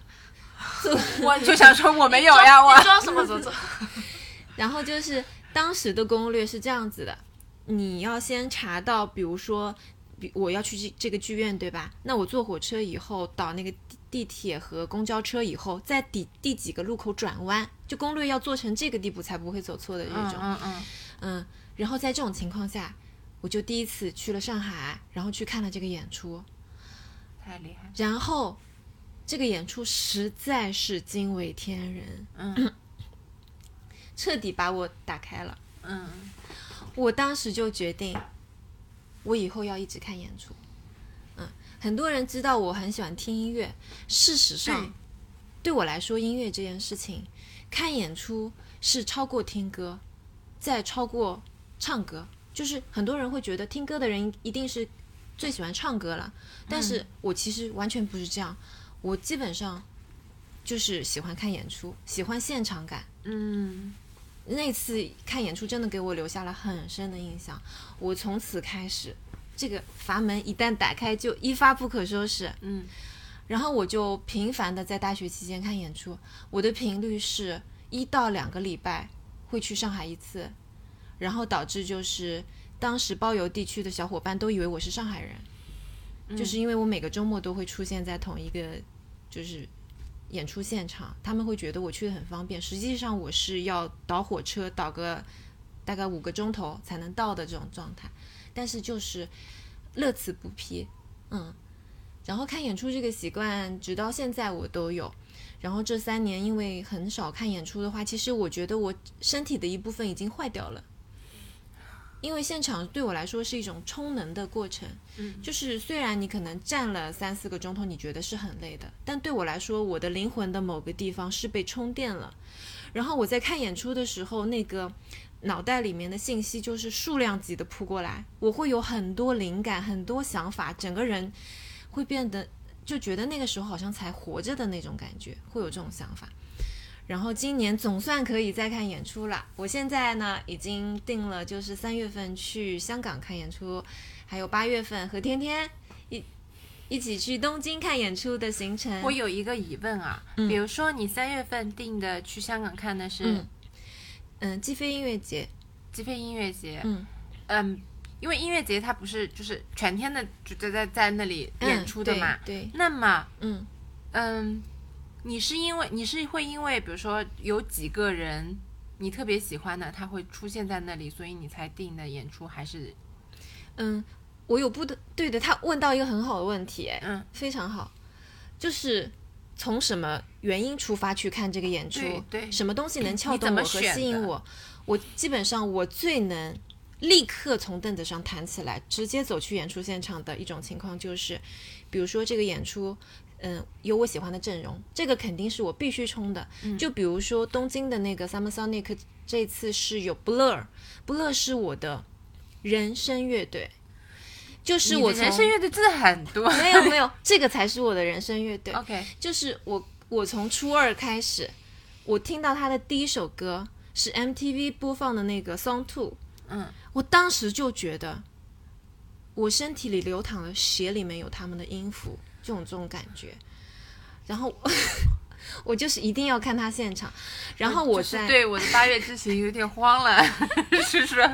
[SPEAKER 3] 我就想说我没有呀，我
[SPEAKER 2] 你装什么走走？
[SPEAKER 1] 然后就是当时的攻略是这样子的，你要先查到，比如说，比我要去这这个剧院，对吧？那我坐火车以后到那个地地铁和公交车以后，在第第几个路口转弯，就攻略要做成这个地步才不会走错的这
[SPEAKER 3] 嗯
[SPEAKER 1] 种。
[SPEAKER 3] 嗯嗯，
[SPEAKER 1] 嗯，然后在这种情况下，我就第一次去了上海，然后去看了这个演出，
[SPEAKER 3] 太厉害了。
[SPEAKER 1] 然后这个演出实在是惊为天人，
[SPEAKER 3] [laughs] 嗯
[SPEAKER 1] 彻底把我打开了。
[SPEAKER 3] 嗯，
[SPEAKER 1] 我当时就决定，我以后要一直看演出。嗯，很多人知道我很喜欢听音乐，事实上
[SPEAKER 3] 对，
[SPEAKER 1] 对我来说，音乐这件事情，看演出是超过听歌，再超过唱歌。就是很多人会觉得听歌的人一定是最喜欢唱歌了，但是我其实完全不是这样。我基本上就是喜欢看演出，喜欢现场感。
[SPEAKER 3] 嗯，
[SPEAKER 1] 那次看演出真的给我留下了很深的印象，我从此开始，这个阀门一旦打开就一发不可收拾。
[SPEAKER 3] 嗯，
[SPEAKER 1] 然后我就频繁的在大学期间看演出，我的频率是一到两个礼拜会去上海一次，然后导致就是当时包邮地区的小伙伴都以为我是上海人，就是因为我每个周末都会出现在同一个就是演出现场，他们会觉得我去的很方便，实际上我是要倒火车倒个大概五个钟头才能到的这种状态，但是就是乐此不疲，嗯。然后看演出这个习惯，直到现在我都有。然后这三年因为很少看演出的话，其实我觉得我身体的一部分已经坏掉了，因为现场对我来说是一种充能的过程。
[SPEAKER 3] 嗯
[SPEAKER 1] 就是虽然你可能站了三四个钟头，你觉得是很累的，但对我来说，我的灵魂的某个地方是被充电了。然后我在看演出的时候，那个脑袋里面的信息就是数量级的扑过来，我会有很多灵感、很多想法，整个人会变得就觉得那个时候好像才活着的那种感觉，会有这种想法。然后今年总算可以再看演出了。我现在呢已经定了，就是三月份去香港看演出，还有八月份和天天一一起去东京看演出的行程。
[SPEAKER 3] 我有一个疑问啊，比如说你三月份定的去香港看的是
[SPEAKER 1] 嗯嗯，鸡飞音乐节，
[SPEAKER 3] 极配音乐节，
[SPEAKER 1] 嗯
[SPEAKER 3] 嗯，因为音乐节它不是就是全天的就在在在那里演出的嘛
[SPEAKER 1] 嗯，对，对
[SPEAKER 3] 那么
[SPEAKER 1] 嗯
[SPEAKER 3] 嗯，你是因为你是会因为比如说有几个人你特别喜欢的，他会出现在那里，所以你才定的演出，还是
[SPEAKER 1] 嗯，我有不的对的，他问到一个很好的问题，哎，
[SPEAKER 3] 嗯，
[SPEAKER 1] 非常好，就是从什么原因出发去看这个演出
[SPEAKER 3] 对，对
[SPEAKER 1] 什么东西能撬
[SPEAKER 3] 你怎
[SPEAKER 1] 动
[SPEAKER 3] 么
[SPEAKER 1] 我和
[SPEAKER 3] 选
[SPEAKER 1] 吸引
[SPEAKER 3] 的
[SPEAKER 1] 我？我基本上我最能立刻从凳子上弹起来，直接走去演出现场的一种情况就是，比如说这个演出。嗯，有我喜欢的阵容，这个肯定是我必须冲的。
[SPEAKER 3] 嗯
[SPEAKER 1] 就比如说东京的那个 Summer Sonic，这次是有 Blur，Blur 是我的人声乐队，就是
[SPEAKER 3] 你
[SPEAKER 1] 我
[SPEAKER 3] 的人
[SPEAKER 1] 从
[SPEAKER 3] 生乐队真的很多 [laughs]
[SPEAKER 1] 没有没有，这个才是我的人生乐队。
[SPEAKER 3] ，OK，
[SPEAKER 1] 就是我我从初二开始，我听到他的第一首歌是 MTV 播放的那个《Song Two》，
[SPEAKER 3] 嗯，
[SPEAKER 1] 我当时就觉得我身体里流淌的血里面有他们的音符，这种这种感觉。然后 [laughs] 我就是一定要看他现场，然后我
[SPEAKER 3] 就是
[SPEAKER 1] 在、
[SPEAKER 3] 对我的八月之行有点慌了， [laughs] 是说，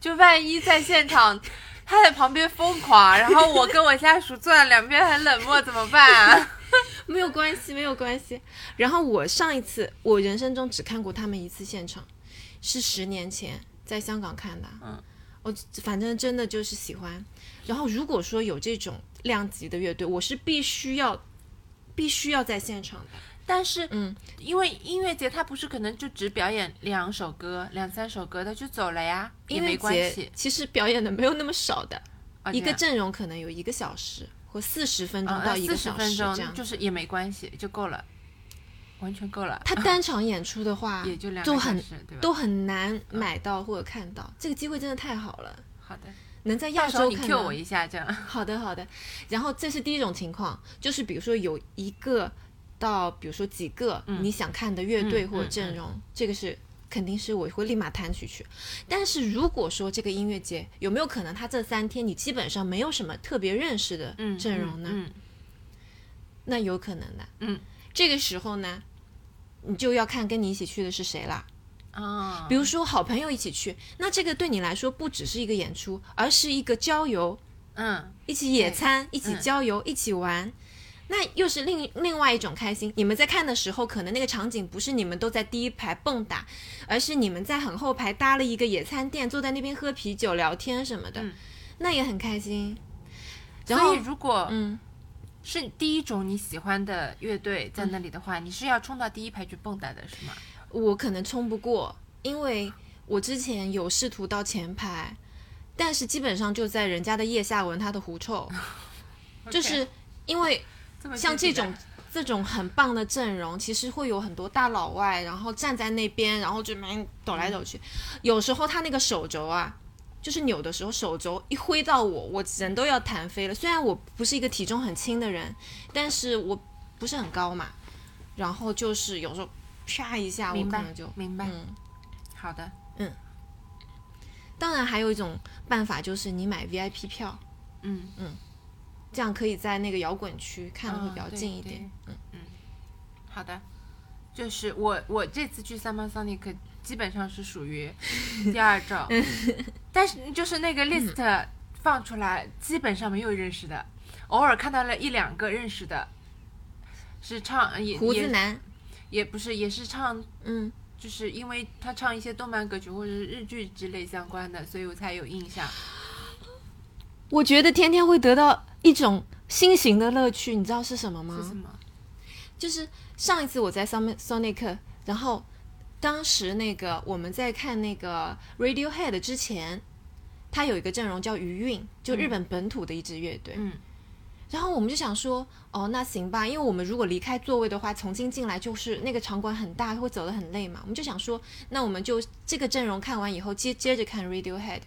[SPEAKER 3] 就万一在现场。他在旁边疯狂，然后我跟我家属坐在两边很冷漠，怎么办啊？ [laughs]
[SPEAKER 1] 没有关系，没有关系。然后我上一次，我人生中只看过他们一次现场，是十年前在香港看的。
[SPEAKER 3] 嗯，
[SPEAKER 1] 我反正真的就是喜欢。然后如果说有这种量级的乐队，我是必须要必须要在现场的。
[SPEAKER 3] 但是
[SPEAKER 1] 嗯，
[SPEAKER 3] 因为音乐节它不是可能就只表演两首歌、两三首歌，他就走了呀，也
[SPEAKER 1] 音
[SPEAKER 3] 没
[SPEAKER 1] 乐
[SPEAKER 3] 关
[SPEAKER 1] 节
[SPEAKER 3] 系。
[SPEAKER 1] 其实表演的没有那么少
[SPEAKER 3] [laughs]
[SPEAKER 1] 的，
[SPEAKER 3] 啊
[SPEAKER 1] 一
[SPEAKER 3] 这
[SPEAKER 1] 个
[SPEAKER 3] 样
[SPEAKER 1] 阵容可能有一个小时或四十分钟
[SPEAKER 3] 嗯
[SPEAKER 1] 到一个
[SPEAKER 3] 40
[SPEAKER 1] 小
[SPEAKER 3] 分
[SPEAKER 1] 时这
[SPEAKER 3] 钟，
[SPEAKER 1] 样。
[SPEAKER 3] 就是也没关系，就够了，完全够了。，
[SPEAKER 1] 他单场演出的话
[SPEAKER 3] 也就两
[SPEAKER 1] 都
[SPEAKER 3] 个小
[SPEAKER 1] 很
[SPEAKER 3] 时，对吧？嗯
[SPEAKER 1] 都很难买到或者看到，这个机会真的太好了。
[SPEAKER 3] 好的，
[SPEAKER 1] 能在亚
[SPEAKER 3] 到时候
[SPEAKER 1] 洲
[SPEAKER 3] 你
[SPEAKER 1] 看
[SPEAKER 3] Q
[SPEAKER 1] 到
[SPEAKER 3] 我。一下，这样。
[SPEAKER 1] 好的，好的。然后这是第一种情况，就是比如说有一个到比如说几个你想看的乐队
[SPEAKER 3] 嗯
[SPEAKER 1] 或者
[SPEAKER 3] 嗯
[SPEAKER 1] 阵容，这个是肯定是我会立马弹起去。但是如果说这个音乐节有没有可能，他这三天你基本上没有什么特别认识的
[SPEAKER 3] 嗯，
[SPEAKER 1] 阵容呢？
[SPEAKER 3] 嗯，
[SPEAKER 1] 那有可能的。
[SPEAKER 3] 嗯，
[SPEAKER 1] 这个时候呢，你就要看跟你一起去的是谁啦。
[SPEAKER 3] 嗯哦，
[SPEAKER 1] 比如说好朋友一起去，那这个对你来说不只是一个演出，而是一个郊游。
[SPEAKER 3] 嗯，
[SPEAKER 1] 一起野餐，一起郊游，一起玩，那又是另另外一种开心。你们在看的时候，可能那个场景不是你们都在第一排蹦跶，而是你们在很后排搭了一个野餐垫，坐在那边喝啤酒、聊天什么的，
[SPEAKER 3] 嗯
[SPEAKER 1] 那也很开心。然
[SPEAKER 3] 所
[SPEAKER 1] 后
[SPEAKER 3] 以，如果
[SPEAKER 1] 嗯，
[SPEAKER 3] 是第一种你喜欢的乐队
[SPEAKER 1] 嗯
[SPEAKER 3] 在那里的话，你是要冲到第一排去蹦跶的是吗？
[SPEAKER 1] 我可能冲不过，因为我之前有试图到前排，但是基本上就在人家的腋下闻他的狐臭，就是因为
[SPEAKER 3] 这么
[SPEAKER 1] 像
[SPEAKER 3] 具
[SPEAKER 1] 这
[SPEAKER 3] 体的
[SPEAKER 1] 种这种很棒的阵容，其实会有很多大老外，然后站在那边，然后就蛮抖来抖去。有时候他那个手肘啊，就是扭的时候，手肘一挥到我，我人都要弹飞了。虽然我不是一个体重很轻的人，但是我。不是很高嘛，然后就是有时候啪一下，我
[SPEAKER 3] 明
[SPEAKER 1] 可
[SPEAKER 3] 白
[SPEAKER 1] 能就，
[SPEAKER 3] 明白。
[SPEAKER 1] 嗯。
[SPEAKER 3] 好的，
[SPEAKER 1] 当然还有一种办法就是你买 VIP 票，
[SPEAKER 3] 嗯，
[SPEAKER 1] 这样可以在那个摇滚区看的会比较
[SPEAKER 3] 嗯对
[SPEAKER 1] 近一
[SPEAKER 3] 对
[SPEAKER 1] 点。嗯
[SPEAKER 3] 嗯，好的。就是我我这次去 Summer Sonic 基本上是属
[SPEAKER 1] [laughs]
[SPEAKER 3] 于第二种，但是就是那个
[SPEAKER 1] 嗯
[SPEAKER 3] list 放出来，基本上没有认识的，偶尔看到了一两个认识的，是唱也
[SPEAKER 1] 胡子
[SPEAKER 3] 也
[SPEAKER 1] 男，
[SPEAKER 3] 也不是也是唱
[SPEAKER 1] 嗯，
[SPEAKER 3] 就是因为他唱一些动漫歌曲或者是日剧之类相关的，所以我才有印象。
[SPEAKER 1] 我觉得天天会得到一种新型的乐趣，你知道是什么吗？
[SPEAKER 3] 是什么？
[SPEAKER 1] 就是上一次我在 Summer Sonic，然后当时那个我们在看那个 Radiohead 之前，他有一个阵容叫余韵，就日本本土的一支乐队。
[SPEAKER 3] 嗯
[SPEAKER 1] 然后我们就想说，哦，那行吧，因为我们如果离开座位的话，重新进来就是那个场馆很大，会走得很累嘛。我们就想说，那我们就这个阵容看完以后，接接着看 Radiohead。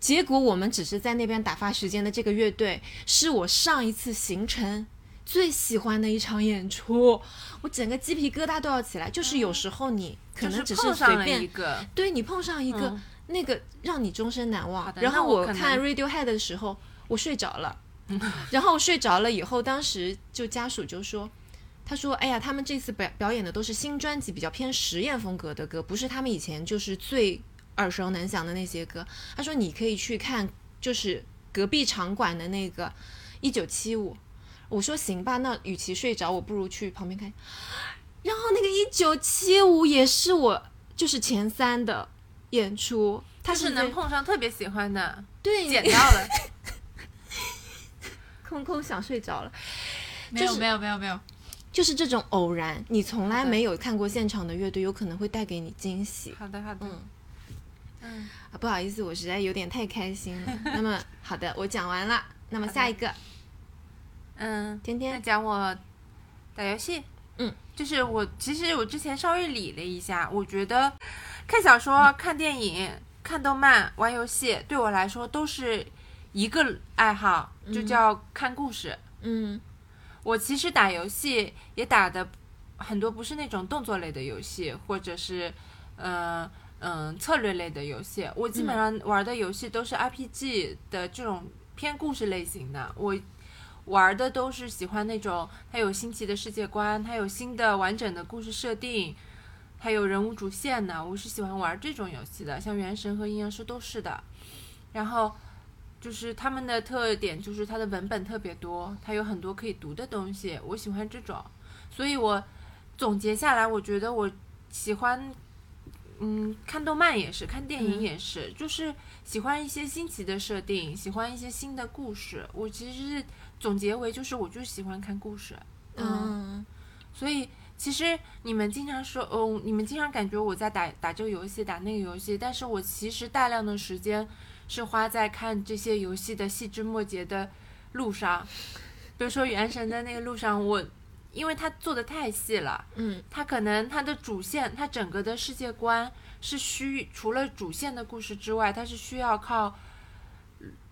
[SPEAKER 1] 结果我们只是在那边打发时间的这个乐队，是我上一次行程最喜欢的一场演出，我整个鸡皮疙瘩都要起来。就是有时候你可能只
[SPEAKER 3] 嗯碰
[SPEAKER 1] 随
[SPEAKER 3] 上了
[SPEAKER 1] 便
[SPEAKER 3] 一个，
[SPEAKER 1] 对你碰上一个、
[SPEAKER 3] 嗯
[SPEAKER 1] 那个让你终身难忘
[SPEAKER 3] 好。的
[SPEAKER 1] 然后
[SPEAKER 3] 那我可能
[SPEAKER 1] 看 Radiohead 的时候，我睡着
[SPEAKER 3] [laughs]
[SPEAKER 1] 了，然后我睡着了以后，当时就家属就说。他说：“哎呀，他们这次表表演的都是新专辑，比较偏实验风格的歌，不是他们以前就是最耳熟能详的那些歌。”他说：“你可以去看，就是隔壁场馆的那个一九七五。”我说：“行吧，那与其睡着，我不如去旁边看。”然后那个一九七五也是我就是前三的演出，他
[SPEAKER 3] 他是
[SPEAKER 1] 在
[SPEAKER 3] 能碰上特别喜欢
[SPEAKER 1] [laughs]
[SPEAKER 3] 的，
[SPEAKER 1] 对
[SPEAKER 3] 捡到了。
[SPEAKER 1] 空空想睡着了，
[SPEAKER 4] [laughs] 没有
[SPEAKER 1] 是
[SPEAKER 4] 没有没有没有，
[SPEAKER 1] 就是这种偶然，你从来
[SPEAKER 3] 好的
[SPEAKER 1] 没有看过现场的乐队，有可能会带给你惊喜。
[SPEAKER 3] 好的，好的，
[SPEAKER 1] 嗯
[SPEAKER 3] 嗯，
[SPEAKER 1] 啊，不好意思，我实在有点太开心了。那么好的，我讲完了。那么
[SPEAKER 3] 好的
[SPEAKER 1] 下一个，
[SPEAKER 3] 嗯，
[SPEAKER 1] 天
[SPEAKER 3] 那
[SPEAKER 1] 天，
[SPEAKER 3] 讲我打游戏，
[SPEAKER 1] 嗯，
[SPEAKER 3] 就是我其实我之前稍微理了一下，我觉得看小
[SPEAKER 1] 嗯
[SPEAKER 3] 说、看电影、看动漫、玩游戏，对我来说都是一个爱好，就叫看故事。
[SPEAKER 1] 嗯
[SPEAKER 3] 我其实打游戏也打的很多，不是那种动作类的游戏，或者是嗯嗯、呃策略类的游戏。我基本上玩的游戏都是 RPG 的这种偏故事类型的。我玩的都是喜欢那种它有新奇的世界观，它有新的完整的故事设定，还有人物主线呢。我是喜欢玩这种游戏的，像《原神》和《阴阳师》都是的。然后就是他们的特点就是它的文本特别多，它有很多可以读的东西，我喜欢这种。所以我总结下来，我觉得我喜欢，嗯，看动漫也是，看电影也是，就是喜欢一些新奇的设定，喜欢一些新的故事。我其实是总结为就是，我就喜欢看故事。
[SPEAKER 1] 嗯
[SPEAKER 3] 所以其实你们经常说，哦，你们经常感觉我在打打这个游戏、打那个游戏，但是我其实大量的时间是花在看这些游戏的细枝末节的路上。比如说《原神》的那个路上，我因为它做的太细了，
[SPEAKER 1] 嗯
[SPEAKER 3] 它可能它的主线，它整个的世界观是需除了主线的故事之外，它是需要靠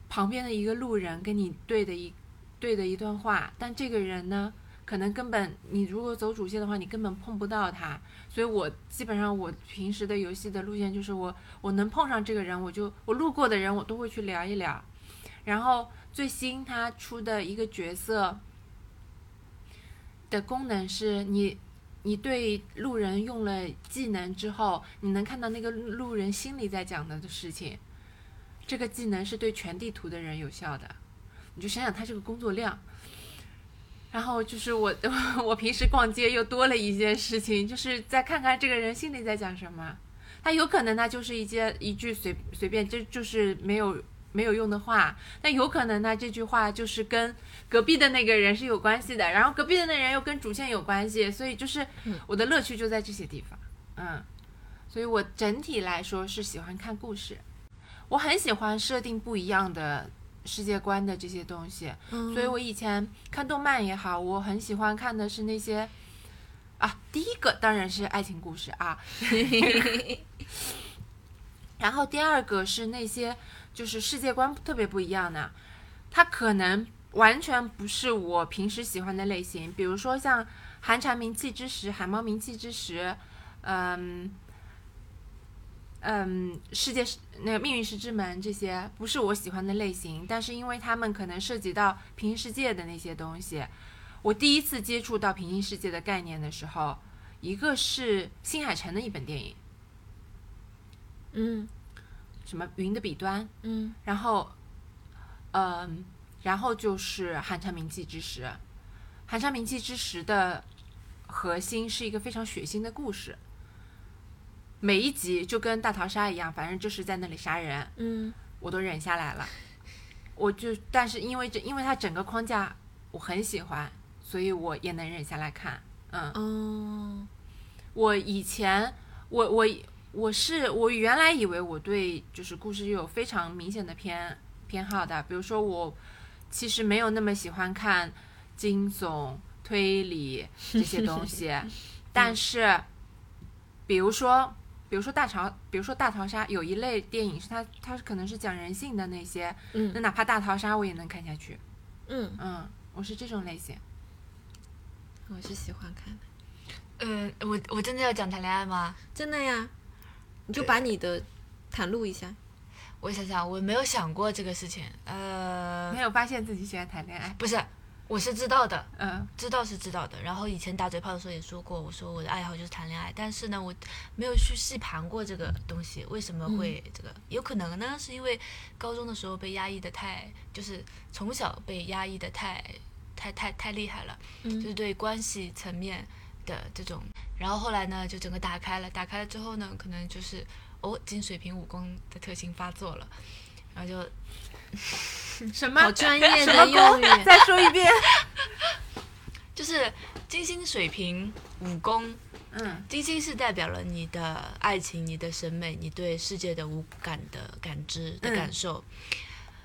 [SPEAKER 3] 旁边的一个路人跟你对的一对的一段话，但这个人呢，可能根本你如果走主线的话，你根本碰不到他。所以我基本上我平时的游戏的路线就是我我能碰上这个人，我就我路过的人我都会去聊一聊。然后最新他出的一个角色的功能是你。你对路人用了技能之后，你能看到那个路人心里在讲的事情。这个技能是对全地图的人有效的，你就想想他这个工作量。然后就是我， [laughs] 我平时逛街又多了一件事情，就是再看看这个人心里在讲什么。他有可能他就是一些一句随随便，这就是没有没有用的话。但有可能呢，这句话就是跟隔壁的那个人是有关系的，然后隔壁的那人又跟主线有关系，所以就是我的乐趣就在这些地方。嗯，所以我整体来说是喜欢看故事，我很喜欢设定不一样的世界观的这些东西。
[SPEAKER 1] 嗯，
[SPEAKER 3] 所以我以前看动漫也好，我很喜欢看的是那些啊，第一个当然是爱情故事啊， [laughs] 然后第二个是那些就是世界观特别不一样的，它可能完全不是我平时喜欢的类型。比如说像寒蝉鸣泣之时、海猫鸣泣之时，嗯嗯，世界是那个命运石之门这些不是我喜欢的类型，但是因为他们可能涉及到平行世界的那些东西，我第一次接触到平行世界的概念的时候，一个是新海诚的一本电影，
[SPEAKER 1] 嗯
[SPEAKER 3] 什么《云的彼端》，
[SPEAKER 1] 嗯
[SPEAKER 3] 然后，嗯，然后就是《寒蝉鸣泣之时》，《寒蝉鸣泣之时》的核心是一个非常血腥的故事，每一集就跟大逃杀一样，反正就是在那里杀人，
[SPEAKER 1] 嗯
[SPEAKER 3] 我都忍下来了。我就，但是因为这，因为它整个框架我很喜欢，所以我也能忍下来看。嗯，
[SPEAKER 1] 哦，
[SPEAKER 3] 我以前，我我我是我原来以为我对就是故事有非常明显的偏偏好的，比如说我其实没有那么喜欢看惊悚、推理这些东 [laughs] 西，但是比如说比如说大逃，比如说大逃杀有一类电影是它它可能是讲人性的那些，
[SPEAKER 1] 嗯
[SPEAKER 3] 那哪怕大逃杀我也能看下去，
[SPEAKER 1] 嗯，
[SPEAKER 3] 嗯，我是这种类型，
[SPEAKER 1] 我是喜欢看的，
[SPEAKER 2] 嗯，我我真的要讲谈恋爱吗？
[SPEAKER 1] 真的呀，你就把你的袒露一下，
[SPEAKER 2] 我想想，我没有想过这个事情。呃
[SPEAKER 3] 没，有发现自己喜欢谈恋爱，
[SPEAKER 2] 不是，我是知道的，
[SPEAKER 3] 嗯
[SPEAKER 2] 知道是知道的。然后以前打嘴炮的时候也说过，我说我的爱好就是谈恋爱，但是呢，我没有去细盘过这个东西，为什么会这个？有可能呢，是因为高中的时候被压抑的太，就是从小被压抑的太太太太厉害了，
[SPEAKER 1] 嗯
[SPEAKER 2] 就是对关系层面的这种。然后后来呢，就整个打开了，打开了之后呢，可能就是哦，金水平武功的特性发作了，然后就
[SPEAKER 3] 嗯什么
[SPEAKER 1] 好专业
[SPEAKER 3] 什么
[SPEAKER 1] 的用
[SPEAKER 3] 功 [laughs]
[SPEAKER 1] 语，？
[SPEAKER 3] 再说一遍，
[SPEAKER 2] 就是金星水平武功
[SPEAKER 3] 嗯。
[SPEAKER 2] 金星是代表了你的爱情、你的审美、你对世界的无感的感知的
[SPEAKER 3] 嗯
[SPEAKER 2] 感受，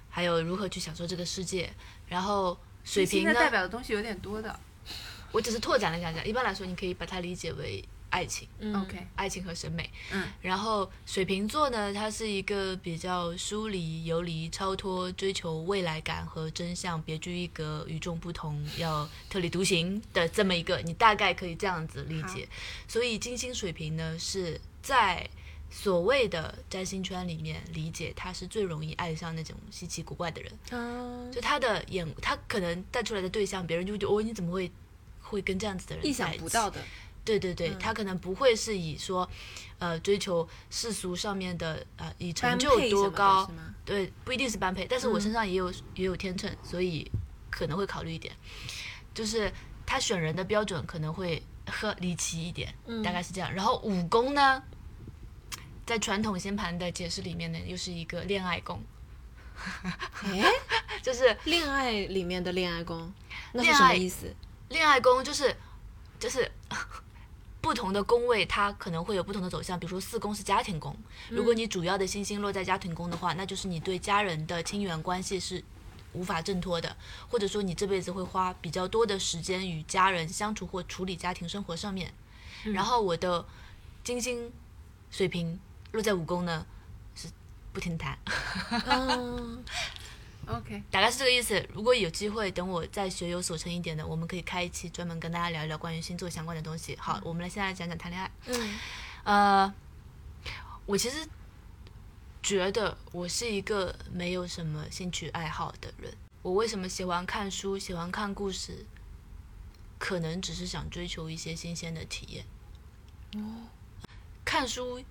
[SPEAKER 2] 还有如何去享受这个世界。然后水
[SPEAKER 3] 金
[SPEAKER 2] 瓶呢
[SPEAKER 3] 星的，代表的东西有点多的。
[SPEAKER 2] 我只是拓展了一下讲。一般来说，你可以把它理解为爱情、
[SPEAKER 1] 嗯
[SPEAKER 3] OK，
[SPEAKER 2] 爱情和审美。
[SPEAKER 3] 嗯
[SPEAKER 2] 然后水瓶座呢，它是一个比较疏离、游离、超脱、追求未来感和真相、别具一格、与众不同、要特立独行的这么一个，你大概可以这样子理解。所以金星水瓶呢，是在所谓的占星圈里面理解，他是最容易爱上那种稀奇古怪的人。
[SPEAKER 1] 嗯，
[SPEAKER 2] 就他的眼，他可能带出来的对象，别人就会觉得哦，你怎么会会跟这样子的人
[SPEAKER 1] 意想
[SPEAKER 2] 在一
[SPEAKER 1] 不
[SPEAKER 2] 起
[SPEAKER 1] 到的，
[SPEAKER 2] 对对
[SPEAKER 1] 嗯
[SPEAKER 2] 对，他可能不会是以说，呃，追求世俗上面的呃，以成就
[SPEAKER 1] 般配什么
[SPEAKER 2] 多
[SPEAKER 1] 的
[SPEAKER 2] 高
[SPEAKER 1] 是，吗？
[SPEAKER 2] 对，不一定是般配，但是我
[SPEAKER 1] 嗯
[SPEAKER 2] 身上也有、也有天秤，所以可能会考虑一点，就是他选人的标准可能会呵离奇一点，
[SPEAKER 1] 嗯
[SPEAKER 2] 大概是这样。然后武功呢，在传统星盘的解释里面呢，又是一个恋爱宫，
[SPEAKER 1] 哎，
[SPEAKER 2] 就是
[SPEAKER 1] 恋爱里面的恋爱宫，那是
[SPEAKER 2] 恋
[SPEAKER 1] 什么
[SPEAKER 2] 爱
[SPEAKER 1] 意思？
[SPEAKER 2] 恋爱宫就是就是 [laughs] 不同的宫位，它可能会有不同的走向。比如说四宫是家庭宫，如果你主要的星星落在家庭宫的话，那就是你对家人的亲缘关系是无法挣脱的，或者说你这辈子会花比较多的时间与家人相处或处理家庭生活上面。然后我的金星水平落在五宫呢，是不停地谈。
[SPEAKER 1] [laughs] 嗯，
[SPEAKER 3] OK，
[SPEAKER 2] 大概是这个意思。如果有机会，等我再学有所成一点的，我们可以开一期专门跟大家聊一聊关于星座相关的东西。好，我们来现在讲讲谈恋爱。
[SPEAKER 1] 嗯
[SPEAKER 2] 呃，我其实觉得我是一个没有什么兴趣爱好的人。我为什么喜欢看书，喜欢看故事？可能只是想追求一些新鲜的体验。看书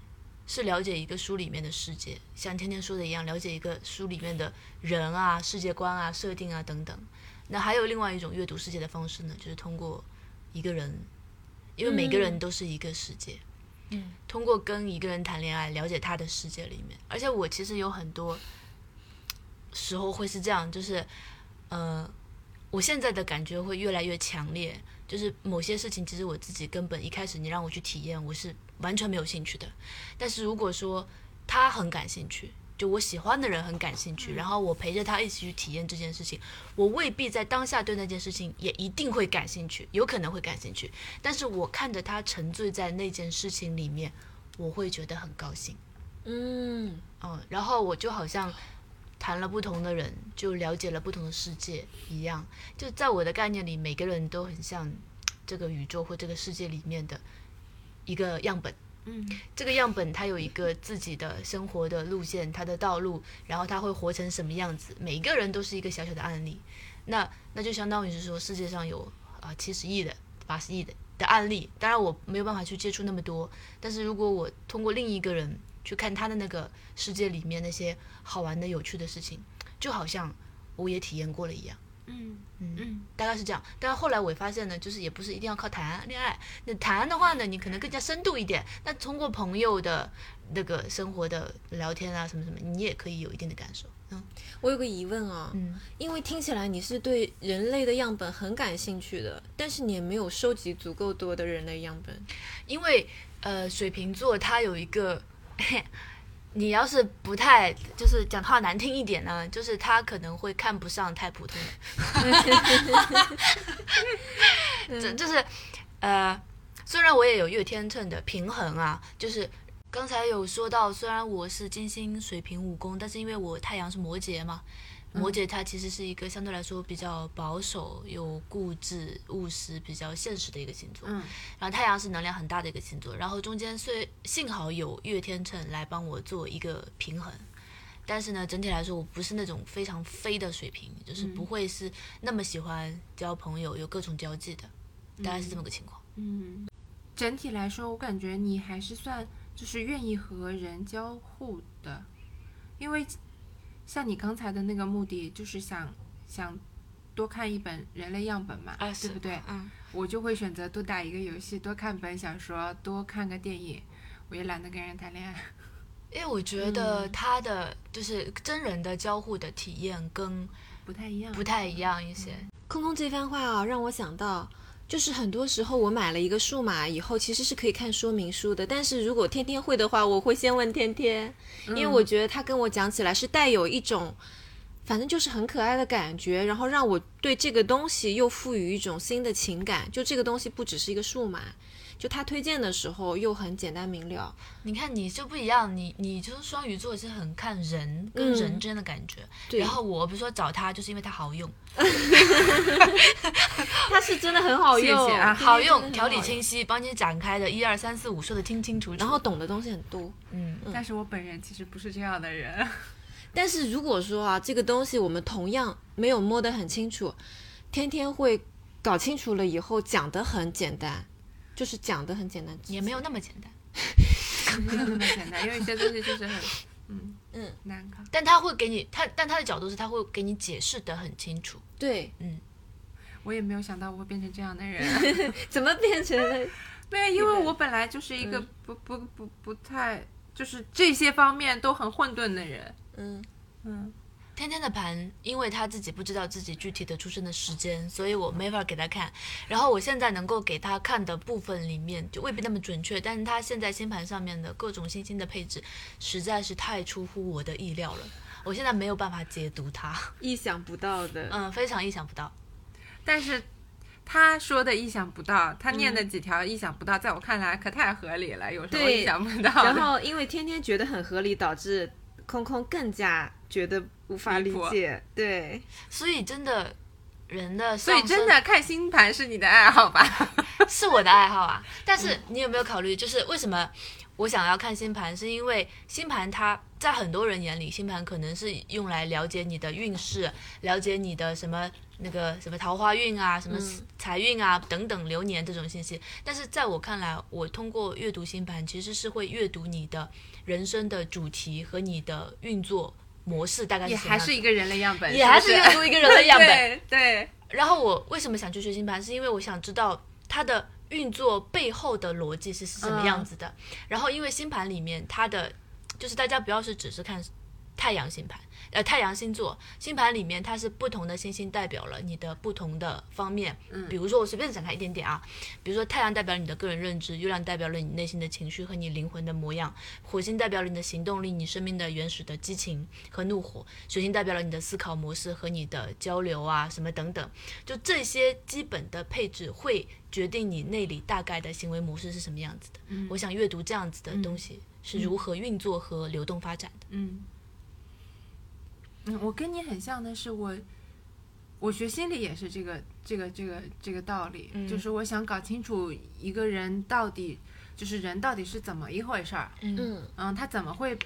[SPEAKER 2] 是了解一个书里面的世界，像天天说的一样，了解一个书里面的人啊、世界观啊、设定啊等等。那还有另外一种阅读世界的方式呢，就是通过一个人，因为每个人
[SPEAKER 1] 嗯
[SPEAKER 2] 都是一个世界。通过跟一个人谈恋爱，了解他的世界里面。而且我其实有很多时候会是这样，就是，呃，我现在的感觉会越来越强烈，就是某些事情其实我自己根本一开始你让我去体验，我是完全没有兴趣的。但是如果说他很感兴趣，就我喜欢的人很感兴趣，然后我陪着他一起去体验这件事情，我未必在当下对那件事情也一定会感兴趣，有可能会感兴趣，但是我看着他沉醉在那件事情里面，我会觉得很高兴。
[SPEAKER 1] 嗯
[SPEAKER 2] 嗯，然后我就好像谈了不同的人，就了解了不同的世界一样。就在我的概念里，每个人都很像这个宇宙或这个世界里面的一个样本。
[SPEAKER 3] 嗯，
[SPEAKER 2] 这个样本它有一个自己的生活的路线，它的道路，然后它会活成什么样子，每一个人都是一个小小的案例。那那就相当于是说，世界上有啊七十亿的、八十亿的的案例，当然我没有办法去接触那么多，但是如果我通过另一个人去看他的那个世界里面那些好玩的、有趣的事情，就好像我也体验过了一样。
[SPEAKER 3] 嗯
[SPEAKER 2] 嗯
[SPEAKER 3] 嗯，
[SPEAKER 2] 大概是这样。但是后来我也发现呢，就是也不是一定要靠谈恋爱。那谈的话呢，你可能更加深度一点。那通过朋友的那个生活的聊天啊，什么什么，你也可以有一定的感受。嗯
[SPEAKER 1] 我有个疑问啊，
[SPEAKER 2] 嗯，
[SPEAKER 1] 因为听起来你是对人类的样本很感兴趣的，但是你也没有收集足够多的人类样本。
[SPEAKER 2] 因为呃，水瓶座它有一个， [laughs] 你要是不太就是讲话难听一点呢，就是他可能会看不上太普通的。 [laughs] 这就是呃，虽然我也有月天秤的平衡啊，就是刚才有说到，虽然我是金星水平武功，但是因为我太阳是摩羯嘛，摩羯它其实是一个相对来说比较保守、有固执、务实、比较现实的一个星座。
[SPEAKER 3] 嗯，
[SPEAKER 2] 然后太阳是能量很大的一个星座，然后中间虽幸好有月天秤来帮我做一个平衡。但是呢，整体来说，我不是那种非常飞的水平，就是不会是那么喜欢交朋友、有各种交际的，大概是这么个情况。
[SPEAKER 3] 嗯，整体来说，我感觉你还是算就是愿意和人交互的，因为像你刚才的那个目的，就是想想多看一本人类样本嘛，对不对？
[SPEAKER 2] 嗯，
[SPEAKER 3] 我就会选择多打一个游戏，多看本小说，多看个电影。我也懒得跟人谈恋爱。
[SPEAKER 2] 因为我觉得他的就是真人的交互的体验跟
[SPEAKER 3] 不太一样，
[SPEAKER 2] 不太一样一些。
[SPEAKER 1] 空空这番话啊，让我想到，就是很多时候我买了一个数码以后，其实是可以看说明书的。但是如果天天会的话，我会先问天天，因为
[SPEAKER 2] 嗯
[SPEAKER 1] 我觉得他跟我讲起来是带有一种，反正就是很可爱的感觉，然后让我对这个东西又赋予一种新的情感。就这个东西不只是一个数码，就他推荐的时候又很简单明了。
[SPEAKER 2] 你看你就不一样，你你就是双鱼座，是很看人跟
[SPEAKER 1] 嗯
[SPEAKER 2] 人之间的感觉。
[SPEAKER 1] 对
[SPEAKER 2] 然后我比如说找他，就是因为他好用，
[SPEAKER 1] 它是真的很好用，
[SPEAKER 3] 谢谢啊
[SPEAKER 1] 对
[SPEAKER 2] 好用，条
[SPEAKER 1] 真的
[SPEAKER 2] 理。
[SPEAKER 1] 很好
[SPEAKER 2] 清晰，帮你展开的，一二三四五说的清清楚楚。
[SPEAKER 1] 然后懂的东西很多，
[SPEAKER 2] 嗯，
[SPEAKER 3] 但是我本人其实不是这样的人。
[SPEAKER 1] 但是如果说啊，这个东西我们同样没有摸得很清楚，天天会搞清楚了以后讲得很简单，就是讲得很简单，
[SPEAKER 2] 也没有那么简单，
[SPEAKER 3] [laughs] 没有那么简单，因为有些东西就是很，嗯
[SPEAKER 1] 嗯
[SPEAKER 3] 难搞。
[SPEAKER 2] 但他会给你他，但他的角度是他会给你解释的很清楚。
[SPEAKER 1] 对，
[SPEAKER 3] 我也没有想到我会变成这样的 [laughs] 人，
[SPEAKER 1] 怎么变成了？
[SPEAKER 3] 没有，因为我本来就是一个不不不不太就是这些方面都很混沌的人。
[SPEAKER 1] 嗯，
[SPEAKER 3] 嗯，
[SPEAKER 2] 天天的盘，因为他自己不知道自己具体的出生的时间，所以我没法给他看。然后我现在能够给他看的部分里面，就未必那么准确，但是他现在星盘上面的各种星星的配置，实在是太出乎我的意料了。我现在没有办法解读它，
[SPEAKER 1] 意想不到的，
[SPEAKER 2] 嗯，非常意想不到。
[SPEAKER 3] 但是他说的意想不到，他念的几条意想不到，在我看来可太合理了，有什么
[SPEAKER 1] 对
[SPEAKER 3] 意想不到的？
[SPEAKER 1] 然后因为天天觉得很合理，导致空空更加觉得无法理解，对，
[SPEAKER 2] 所以真的，人的
[SPEAKER 3] 所
[SPEAKER 2] 上
[SPEAKER 3] 以真
[SPEAKER 2] 升
[SPEAKER 3] 的看星盘是你的爱好吧？
[SPEAKER 2] 是我的爱好啊。
[SPEAKER 3] 嗯
[SPEAKER 2] 但是你有没有考虑，就是为什么我想要看星盘，是因为星盘它在很多人眼里，星盘可能是用来了解你的运势，了解你的什么那个什么桃花运
[SPEAKER 3] 嗯
[SPEAKER 2] 啊，什么财运啊、等等流年这种信息。但是在我看来，我通过阅读星盘，其实是会阅读你的人生的主题和你的运作模式，大概是
[SPEAKER 3] 也
[SPEAKER 2] 什么
[SPEAKER 3] 还
[SPEAKER 2] 样
[SPEAKER 3] 是
[SPEAKER 2] 子
[SPEAKER 3] 一个人类样本，
[SPEAKER 2] 也还
[SPEAKER 3] 不
[SPEAKER 2] 是阅读一个人的样本。
[SPEAKER 3] [laughs] 对对，
[SPEAKER 2] 然后我为什么想去学星盘，是因为我想知道它的运作背后的逻辑是是什么样子的。然后因为星盘里面它的，就是大家不要是只是看太阳星盘，呃，太阳星座星盘里面它是不同的星星代表了你的不同的方面。嗯，比如说我随便展开一点点啊，比如说太阳代表你的个人认知，月亮代表了你内心的情绪和你灵魂的模样，火星代表了你的行动力、你生命的原始的激情和怒火，水星代表了你的思考模式和你的交流啊什么等等。就这些基本的配置会决定你内里大概的行为模式是什么样子的。我想阅读这嗯样子的东西是如何运作和流动发展的。
[SPEAKER 3] 嗯，嗯，我跟你很像的是我，我学心理也是这个这个这个这个道理，
[SPEAKER 2] 嗯
[SPEAKER 3] 就是我想搞清楚一个人到底就是人到底是怎么一回事儿，
[SPEAKER 2] 嗯
[SPEAKER 1] 嗯
[SPEAKER 3] 嗯，他怎么会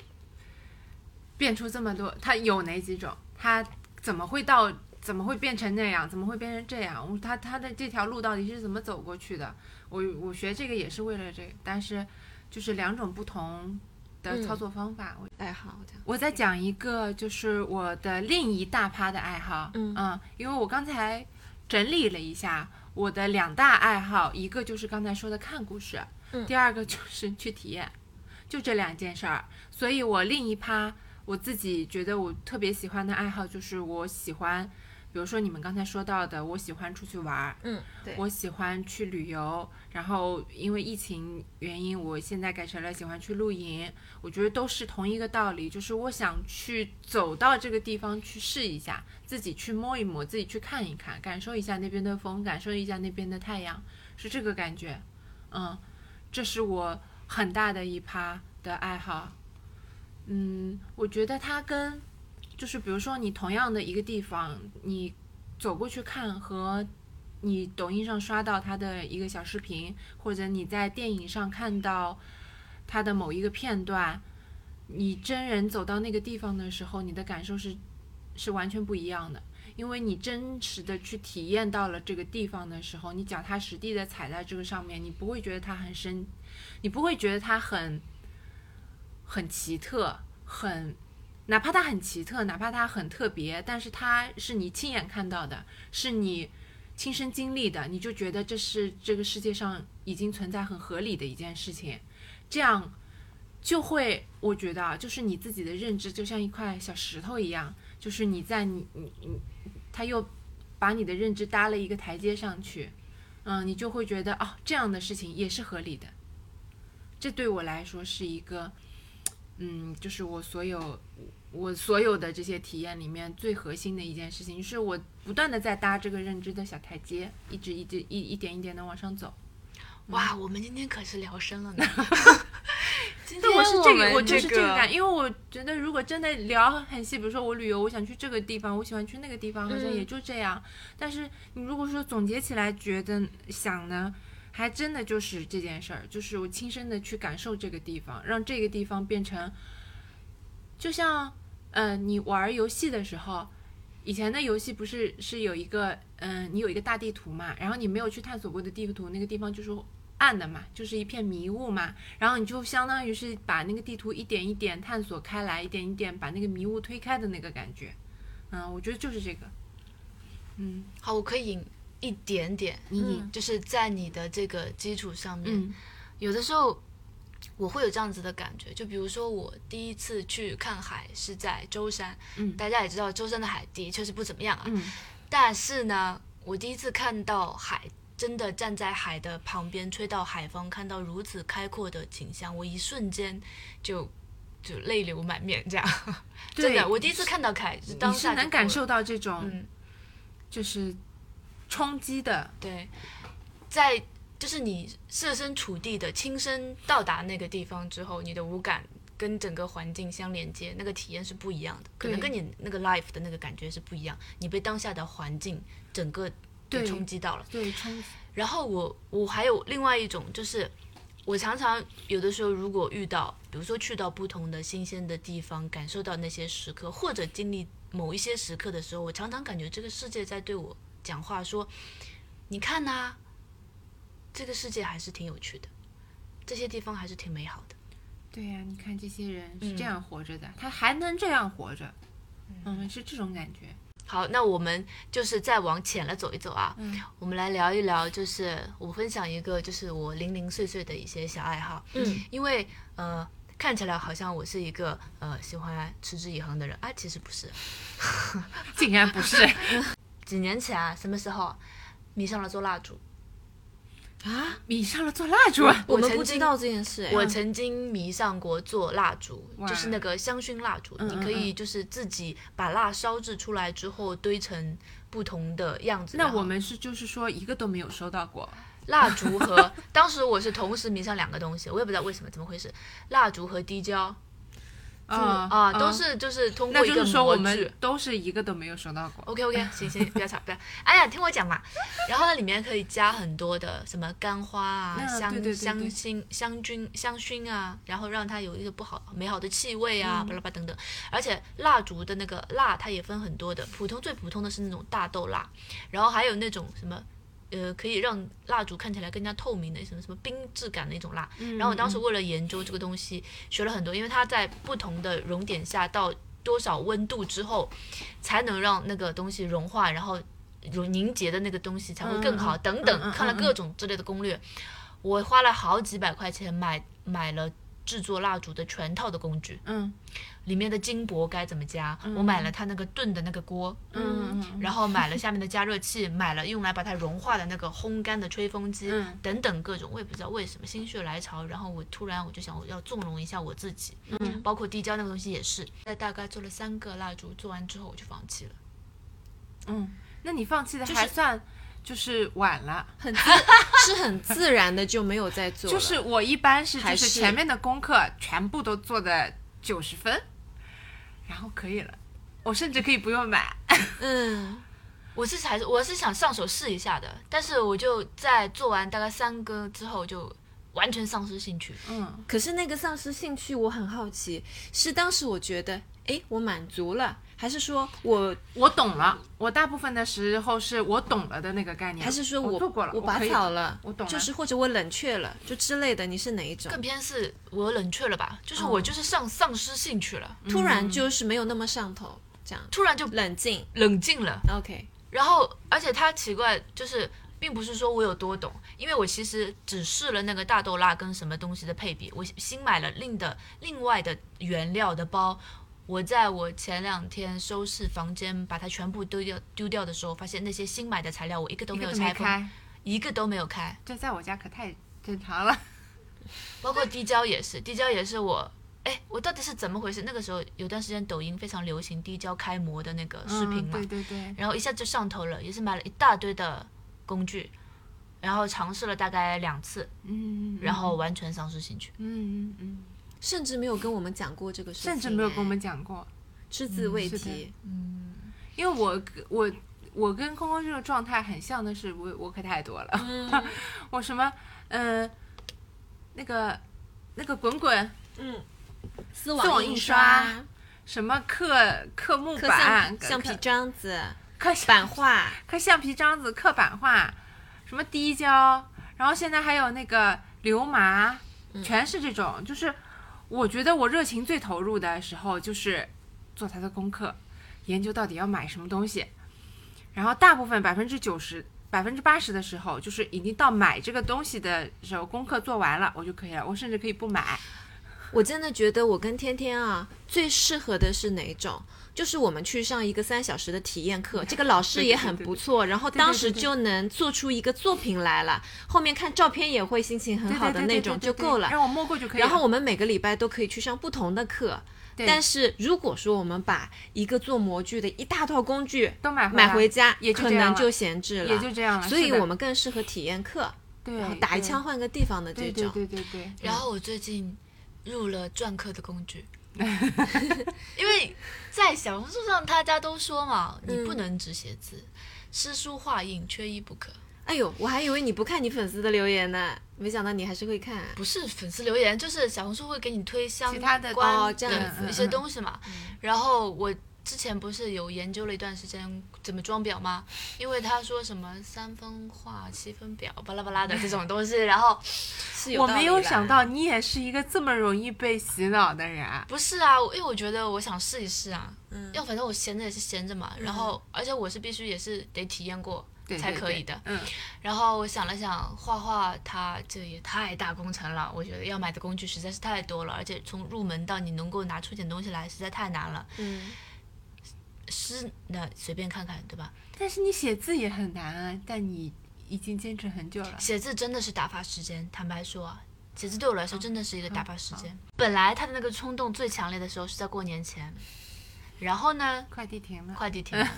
[SPEAKER 3] 变出这么多？他有哪几种？他怎么会到？怎么会变成那样？怎么会变成这样？我他他的这条路到底是怎么走过去的？我我学这个也是为了这个，但是就是两种不同的
[SPEAKER 1] 嗯
[SPEAKER 3] 操作方法，我
[SPEAKER 1] 爱哎好这样。
[SPEAKER 3] 我再讲一个，就是我的另一大趴的爱好，
[SPEAKER 1] 嗯
[SPEAKER 3] 因为我刚才整理了一下我的两大爱好，一个就是刚才说的看故事，
[SPEAKER 1] 嗯
[SPEAKER 3] 第二个就是去体验，就这两件事儿。所以我另一趴我自己觉得我特别喜欢的爱好就是我喜欢，比如说你们刚才说到的，我喜欢出去玩儿，
[SPEAKER 1] 嗯，对，
[SPEAKER 3] 我喜欢去旅游，然后因为疫情原因，我现在改成了喜欢去露营。我觉得都是同一个道理，就是我想去走到这个地方去试一下，自己去摸一摸，自己去看一看，感受一下那边的风，感受一下那边的太阳，是这个感觉。嗯，这是我很大的一趴的爱好。嗯，我觉得它跟就是比如说你同样的一个地方，你走过去看和你抖音上刷到它的一个小视频，或者你在电影上看到它的某一个片段，你真人走到那个地方的时候，你的感受是是完全不一样的。因为你真实的去体验到了这个地方的时候，你脚踏实地的踩在这个上面，你不会觉得它很深，你不会觉得它很很奇特，很哪怕它很奇特，哪怕它很特别，但是它是你亲眼看到的，是你亲身经历的，你就觉得这是这个世界上已经存在很合理的一件事情，这样就会，我觉得啊，就是你自己的认知就像一块小石头一样，就是你在你你你，他又把你的认知搭了一个台阶上去，嗯，你就会觉得哦，这样的事情也是合理的。这对我来说是一个，嗯，就是我所有我所有的这些体验里面最核心的一件事情，就是我不断的在搭这个认知的小台阶，一直一直一一点一点的往上走。
[SPEAKER 2] 哇，我们今天可是聊深了呢。今天
[SPEAKER 3] 对，我是这个，
[SPEAKER 2] 们
[SPEAKER 3] 我就是这
[SPEAKER 2] 这
[SPEAKER 3] 个感，因为我觉得如果真的聊很细，比如说我旅游，我想去这个地方，我喜欢去那个地方，好像
[SPEAKER 1] 嗯
[SPEAKER 3] 也就这样。但是你如果说总结起来，觉得想呢，还真的就是这件事儿，就是我亲身的去感受这个地方，让这个地方变成，就像，呃，你玩游戏的时候，以前的游戏不是是有一个，嗯、你有一个大地图嘛，然后你没有去探索过的地图，那个地方就是暗的嘛，就是一片迷雾嘛，然后你就相当于是把那个地图一点一点探索开来，一点一点把那个迷雾推开的那个感觉，嗯，我觉得就是这个，嗯
[SPEAKER 2] 好，我可以引一点点，
[SPEAKER 1] 嗯
[SPEAKER 2] 就是在你的这个基础上面，
[SPEAKER 3] 嗯
[SPEAKER 2] 有的时候我会有这样子的感觉，就比如说我第一次去看海是在舟山，
[SPEAKER 3] 嗯
[SPEAKER 2] 大家也知道舟山的海的确是不怎么样啊，
[SPEAKER 3] 嗯
[SPEAKER 2] 但是呢，我第一次看到海。真的站在海的旁边，吹到海风，看到如此开阔的景象，我一瞬间就就泪流满面，这样。
[SPEAKER 3] 对
[SPEAKER 2] 真的，我第一次看到海，是当
[SPEAKER 3] 你是
[SPEAKER 2] 下
[SPEAKER 3] 能
[SPEAKER 2] 就
[SPEAKER 3] 感
[SPEAKER 2] 哭了
[SPEAKER 3] 受到这种
[SPEAKER 2] 嗯，
[SPEAKER 3] 就是冲击的，
[SPEAKER 2] 对，在就是你设身处地的亲身到达那个地方之后，你的五感跟整个环境相连接，那个体验是不一样的，可能
[SPEAKER 3] 对
[SPEAKER 2] 跟你那个 life 的那个感觉是不一样。你被当下的环境整个
[SPEAKER 3] 对
[SPEAKER 2] 给冲击到了。
[SPEAKER 3] 对冲击，
[SPEAKER 2] 然后我我还有另外一种，就是我常常有的时候如果遇到，比如说去到不同的新鲜的地方，感受到那些时刻，或者经历某一些时刻的时候，我常常感觉这个世界在对我讲话，说：“你看呐、这个世界还是挺有趣的，这些地方还是挺美好的。
[SPEAKER 3] 对呀、你看这些人是
[SPEAKER 2] 嗯
[SPEAKER 3] 这样活着的，他还能这样活着，嗯，是这种感觉，”
[SPEAKER 2] 好，那我们就是再往浅了走一走啊，
[SPEAKER 3] 嗯
[SPEAKER 2] 我们来聊一聊，就是我分享一个，就是我零零碎碎的一些小爱好。
[SPEAKER 1] 嗯
[SPEAKER 2] 因为呃，看起来好像我是一个呃喜欢持之以恒的人啊，其实不是。
[SPEAKER 3] 竟然不
[SPEAKER 2] [laughs]
[SPEAKER 3] 是，
[SPEAKER 2] 几年前啊，什么时候迷上了做蜡烛？
[SPEAKER 1] 啊，
[SPEAKER 3] 迷上了做蜡烛，啊
[SPEAKER 1] 我
[SPEAKER 2] 曾
[SPEAKER 1] 们
[SPEAKER 2] 经
[SPEAKER 1] 不知道这件事，哎
[SPEAKER 2] 我曾经迷上过做蜡烛，
[SPEAKER 3] 哇
[SPEAKER 2] 就是那个香薰蜡烛，
[SPEAKER 3] 嗯
[SPEAKER 2] 你可以就是自己把蜡烧制出来之后堆成不同的样子。
[SPEAKER 3] 那
[SPEAKER 2] 然后
[SPEAKER 3] 我们是就是说一个都没有收到过，
[SPEAKER 2] 蜡烛
[SPEAKER 3] [laughs]
[SPEAKER 2] 和当时我是同时迷上两个东西，我也不知道为什么，怎么回事？蜡烛和滴胶，
[SPEAKER 3] 啊
[SPEAKER 2] 啊，都是就是通过
[SPEAKER 3] 那
[SPEAKER 2] 一
[SPEAKER 3] 就
[SPEAKER 2] 个
[SPEAKER 3] 是说我
[SPEAKER 2] 模
[SPEAKER 3] 们
[SPEAKER 2] 具。
[SPEAKER 3] 都是一个都没有收到过。
[SPEAKER 2] OK OK，行 [laughs] 行，不要吵，不要。哎呀，听我讲嘛。 [laughs] 然后它里面可以加很多的什么干花啊、
[SPEAKER 3] 啊
[SPEAKER 2] 香
[SPEAKER 3] 对对对
[SPEAKER 2] 香
[SPEAKER 3] 对
[SPEAKER 2] 薰、香薰、香薰啊，然后让它有一个不好美好的气味
[SPEAKER 3] 嗯
[SPEAKER 2] 啊，巴拉巴等等。而且蜡烛的那个蜡，它也分很多的，普通最普通的是那种大豆蜡，然后还有那种什么。呃，可以让蜡烛看起来更加透明的，什么什么冰质感的一种蜡。然后我
[SPEAKER 3] 嗯
[SPEAKER 2] 当时为了研究这个东西，学了很多，因为它在不同的熔点下到多少温度之后，才能让那个东西融化，然后融凝结的那个东西才会更好，
[SPEAKER 3] 嗯嗯
[SPEAKER 2] 等等，
[SPEAKER 3] 嗯嗯
[SPEAKER 2] 看了各种之类的攻略，我花了好几百块钱买买了制作蜡烛的全套的工具，
[SPEAKER 3] 嗯
[SPEAKER 2] 里面的金箔该怎么加，我买了它那个炖的那个锅，
[SPEAKER 3] 嗯嗯
[SPEAKER 2] 然后买了下面
[SPEAKER 3] [laughs]
[SPEAKER 2] 的加热器，买了用来把它融化的那个烘干的吹风机，
[SPEAKER 3] 嗯
[SPEAKER 2] 等等各种，我也不知道为什么心血来潮，然后我突然我就想我要纵容一下我自己，
[SPEAKER 3] 嗯
[SPEAKER 2] 包括滴胶那个东西也是，在大概做了三个蜡烛，做完之后我就放弃了，
[SPEAKER 3] 嗯，那你放弃的
[SPEAKER 2] 就是
[SPEAKER 3] 还算就是晚了。
[SPEAKER 1] 很自是很自然的就没有再做了，
[SPEAKER 3] 就是我一般是就
[SPEAKER 1] 还
[SPEAKER 3] 是
[SPEAKER 1] 是
[SPEAKER 3] 前面的功课全部都做的九十分，然后可以了，我甚至可以不用买。
[SPEAKER 1] 嗯，
[SPEAKER 2] 我是还是我是想上手试一下的，但是我就在做完大概三个之后就完全丧失兴趣，
[SPEAKER 3] 嗯
[SPEAKER 1] 可是那个丧失兴趣，我很好奇，是当时我觉得，哎，我满足了，还是说我，
[SPEAKER 3] 我懂了，我大部分的时候是我懂了的那个概念，
[SPEAKER 1] 还是说
[SPEAKER 3] 我做过了，
[SPEAKER 1] 我
[SPEAKER 3] 我
[SPEAKER 1] 拔
[SPEAKER 3] 可以
[SPEAKER 1] 草了，
[SPEAKER 3] 我懂了
[SPEAKER 1] 就是或者我冷却了，就之类的，你是哪一种
[SPEAKER 2] 更？偏是我冷却了吧，就是
[SPEAKER 3] 哦
[SPEAKER 2] 我就是上、丧失兴趣了，
[SPEAKER 1] 突然就是没有那么上头，这样
[SPEAKER 2] 突然就
[SPEAKER 1] 冷静
[SPEAKER 2] 冷静了。
[SPEAKER 1] ，OK，
[SPEAKER 2] 然后，而且它奇怪，就是并不是说我有多懂，因为我其实只试了那个大豆蜡跟什么东西的配比，我新买了另的另外的原料的包。我在我前两天收拾房间，把它全部丢掉丢掉的时候，发现那些新买的材料我一个都
[SPEAKER 3] 一
[SPEAKER 2] 没
[SPEAKER 3] 个
[SPEAKER 2] 有
[SPEAKER 3] 都没
[SPEAKER 2] 拆封，
[SPEAKER 3] 开，
[SPEAKER 2] 一个都没有
[SPEAKER 3] [laughs]
[SPEAKER 2] 开，
[SPEAKER 3] 这在我家可太正常了。
[SPEAKER 2] 包括滴胶也是，滴胶也是我。哎，我到底是怎么回事？那个时候有段时间抖音非常流行滴胶开模的那个视频
[SPEAKER 3] 嗯
[SPEAKER 2] 嘛，
[SPEAKER 3] 对对对，
[SPEAKER 2] 然后一下就上头了，也是买了一大堆的工具，然后尝试了大概两次，
[SPEAKER 3] 嗯，
[SPEAKER 2] 然后完全丧失兴趣。
[SPEAKER 3] 嗯嗯嗯，
[SPEAKER 1] 甚至没有跟我们讲过这个事情，
[SPEAKER 3] 甚至没有跟我们讲过。
[SPEAKER 1] [laughs] 只字未
[SPEAKER 3] 是的
[SPEAKER 1] 提，
[SPEAKER 2] 嗯
[SPEAKER 3] 因为我我我跟空空这个状态很像的是，我我可太多了，
[SPEAKER 1] 嗯
[SPEAKER 3] [laughs] 我什么嗯、呃那个那个滚滚
[SPEAKER 1] 丝
[SPEAKER 3] 丝
[SPEAKER 1] 网
[SPEAKER 3] 网
[SPEAKER 1] 印
[SPEAKER 3] 印
[SPEAKER 1] 刷
[SPEAKER 3] 刷、什么刻刻木
[SPEAKER 1] 刻
[SPEAKER 3] 板
[SPEAKER 1] 橡、橡皮章子、
[SPEAKER 3] 刻
[SPEAKER 1] 版画，
[SPEAKER 3] 刻橡皮章子、刻版画，什么滴胶，然后现在还有那个流麻，
[SPEAKER 1] 嗯
[SPEAKER 3] 全是这种。就是我觉得我热情最投入的时候，就是做他的功课，研究到底要买什么东西。然后大部分百分之九十、百分之八十的时候，就是已经到买这个东西的时候，功课做完了，我就可以了。我甚至可以不买。
[SPEAKER 1] 我真的觉得我跟天天啊，最适合的是哪种？就是我们去上一个三小时的体验课，这个老师也很不错，然后当时就能做出一个作品来了，后面看照片也会心情很好的那种
[SPEAKER 3] 对对对对对
[SPEAKER 1] 就够了。
[SPEAKER 3] 让我摸过就可以了。
[SPEAKER 1] 然后我们每个礼拜都可以去上不同的课，
[SPEAKER 3] 对
[SPEAKER 1] 但是如果说我们把一个做模具的一大套工具
[SPEAKER 3] 都买回
[SPEAKER 1] 买
[SPEAKER 3] 来
[SPEAKER 1] 回家，
[SPEAKER 3] 也就
[SPEAKER 1] 可
[SPEAKER 3] 这样
[SPEAKER 1] 能
[SPEAKER 3] 了
[SPEAKER 1] 就闲置了，
[SPEAKER 3] 也就这样了
[SPEAKER 1] 所以
[SPEAKER 3] 是的
[SPEAKER 1] 我们更适合体验课，
[SPEAKER 3] 对
[SPEAKER 1] 然后打一枪换个地方的这
[SPEAKER 3] 对
[SPEAKER 1] 种。
[SPEAKER 3] 对对对对对，
[SPEAKER 2] 然后我最近入了篆刻的工具， [laughs] 因为在小红书上大家都说嘛，你不能只写字，诗书画印缺一不可。
[SPEAKER 1] 哎呦，我还以为你不看你粉丝的留言呢，没想到你还是会看啊、
[SPEAKER 2] 不是粉丝留言，就是小红书会给你推相
[SPEAKER 3] 其他的
[SPEAKER 1] 哦
[SPEAKER 2] 关
[SPEAKER 1] 这样
[SPEAKER 3] 子
[SPEAKER 2] 一些
[SPEAKER 3] 嗯嗯
[SPEAKER 2] 东西嘛。然后我之前不是有研究了一段时间怎么装裱
[SPEAKER 3] [laughs]
[SPEAKER 2] 吗？因为他说什么三分画、七分裱，巴拉巴拉的这种东西。然
[SPEAKER 3] [laughs]
[SPEAKER 2] 后
[SPEAKER 1] 是有
[SPEAKER 3] 我
[SPEAKER 1] 道
[SPEAKER 3] 没
[SPEAKER 1] 理
[SPEAKER 3] 有
[SPEAKER 1] 啦
[SPEAKER 3] 想，到你也是一个这么容易被洗脑的人。
[SPEAKER 2] 不是啊，我因为我觉得我想试一试啊，
[SPEAKER 1] 嗯
[SPEAKER 2] 要反正我闲着也是闲着嘛。然后而且我是必须也是得体验过
[SPEAKER 3] 嗯对
[SPEAKER 2] 才
[SPEAKER 3] 对
[SPEAKER 2] 可
[SPEAKER 3] 对
[SPEAKER 2] 以的。
[SPEAKER 3] 嗯，
[SPEAKER 2] 然后我想了想，画画它这也太大工程了，我觉得要买的工具实在是太多了，而且从入门到你能够拿出点东西来，实在太难了。
[SPEAKER 1] 嗯，
[SPEAKER 2] 诗那随便看看，对吧？
[SPEAKER 3] 但是你写字也很难啊，但你已经坚持很久了。
[SPEAKER 2] 写字真的是打发时间，坦白说啊，写字对我来说真的是一个打发时间。本来他的那个冲动最强烈的时候是在过年前，然后呢，
[SPEAKER 3] 快递停了，
[SPEAKER 2] 快递 [laughs] 停了，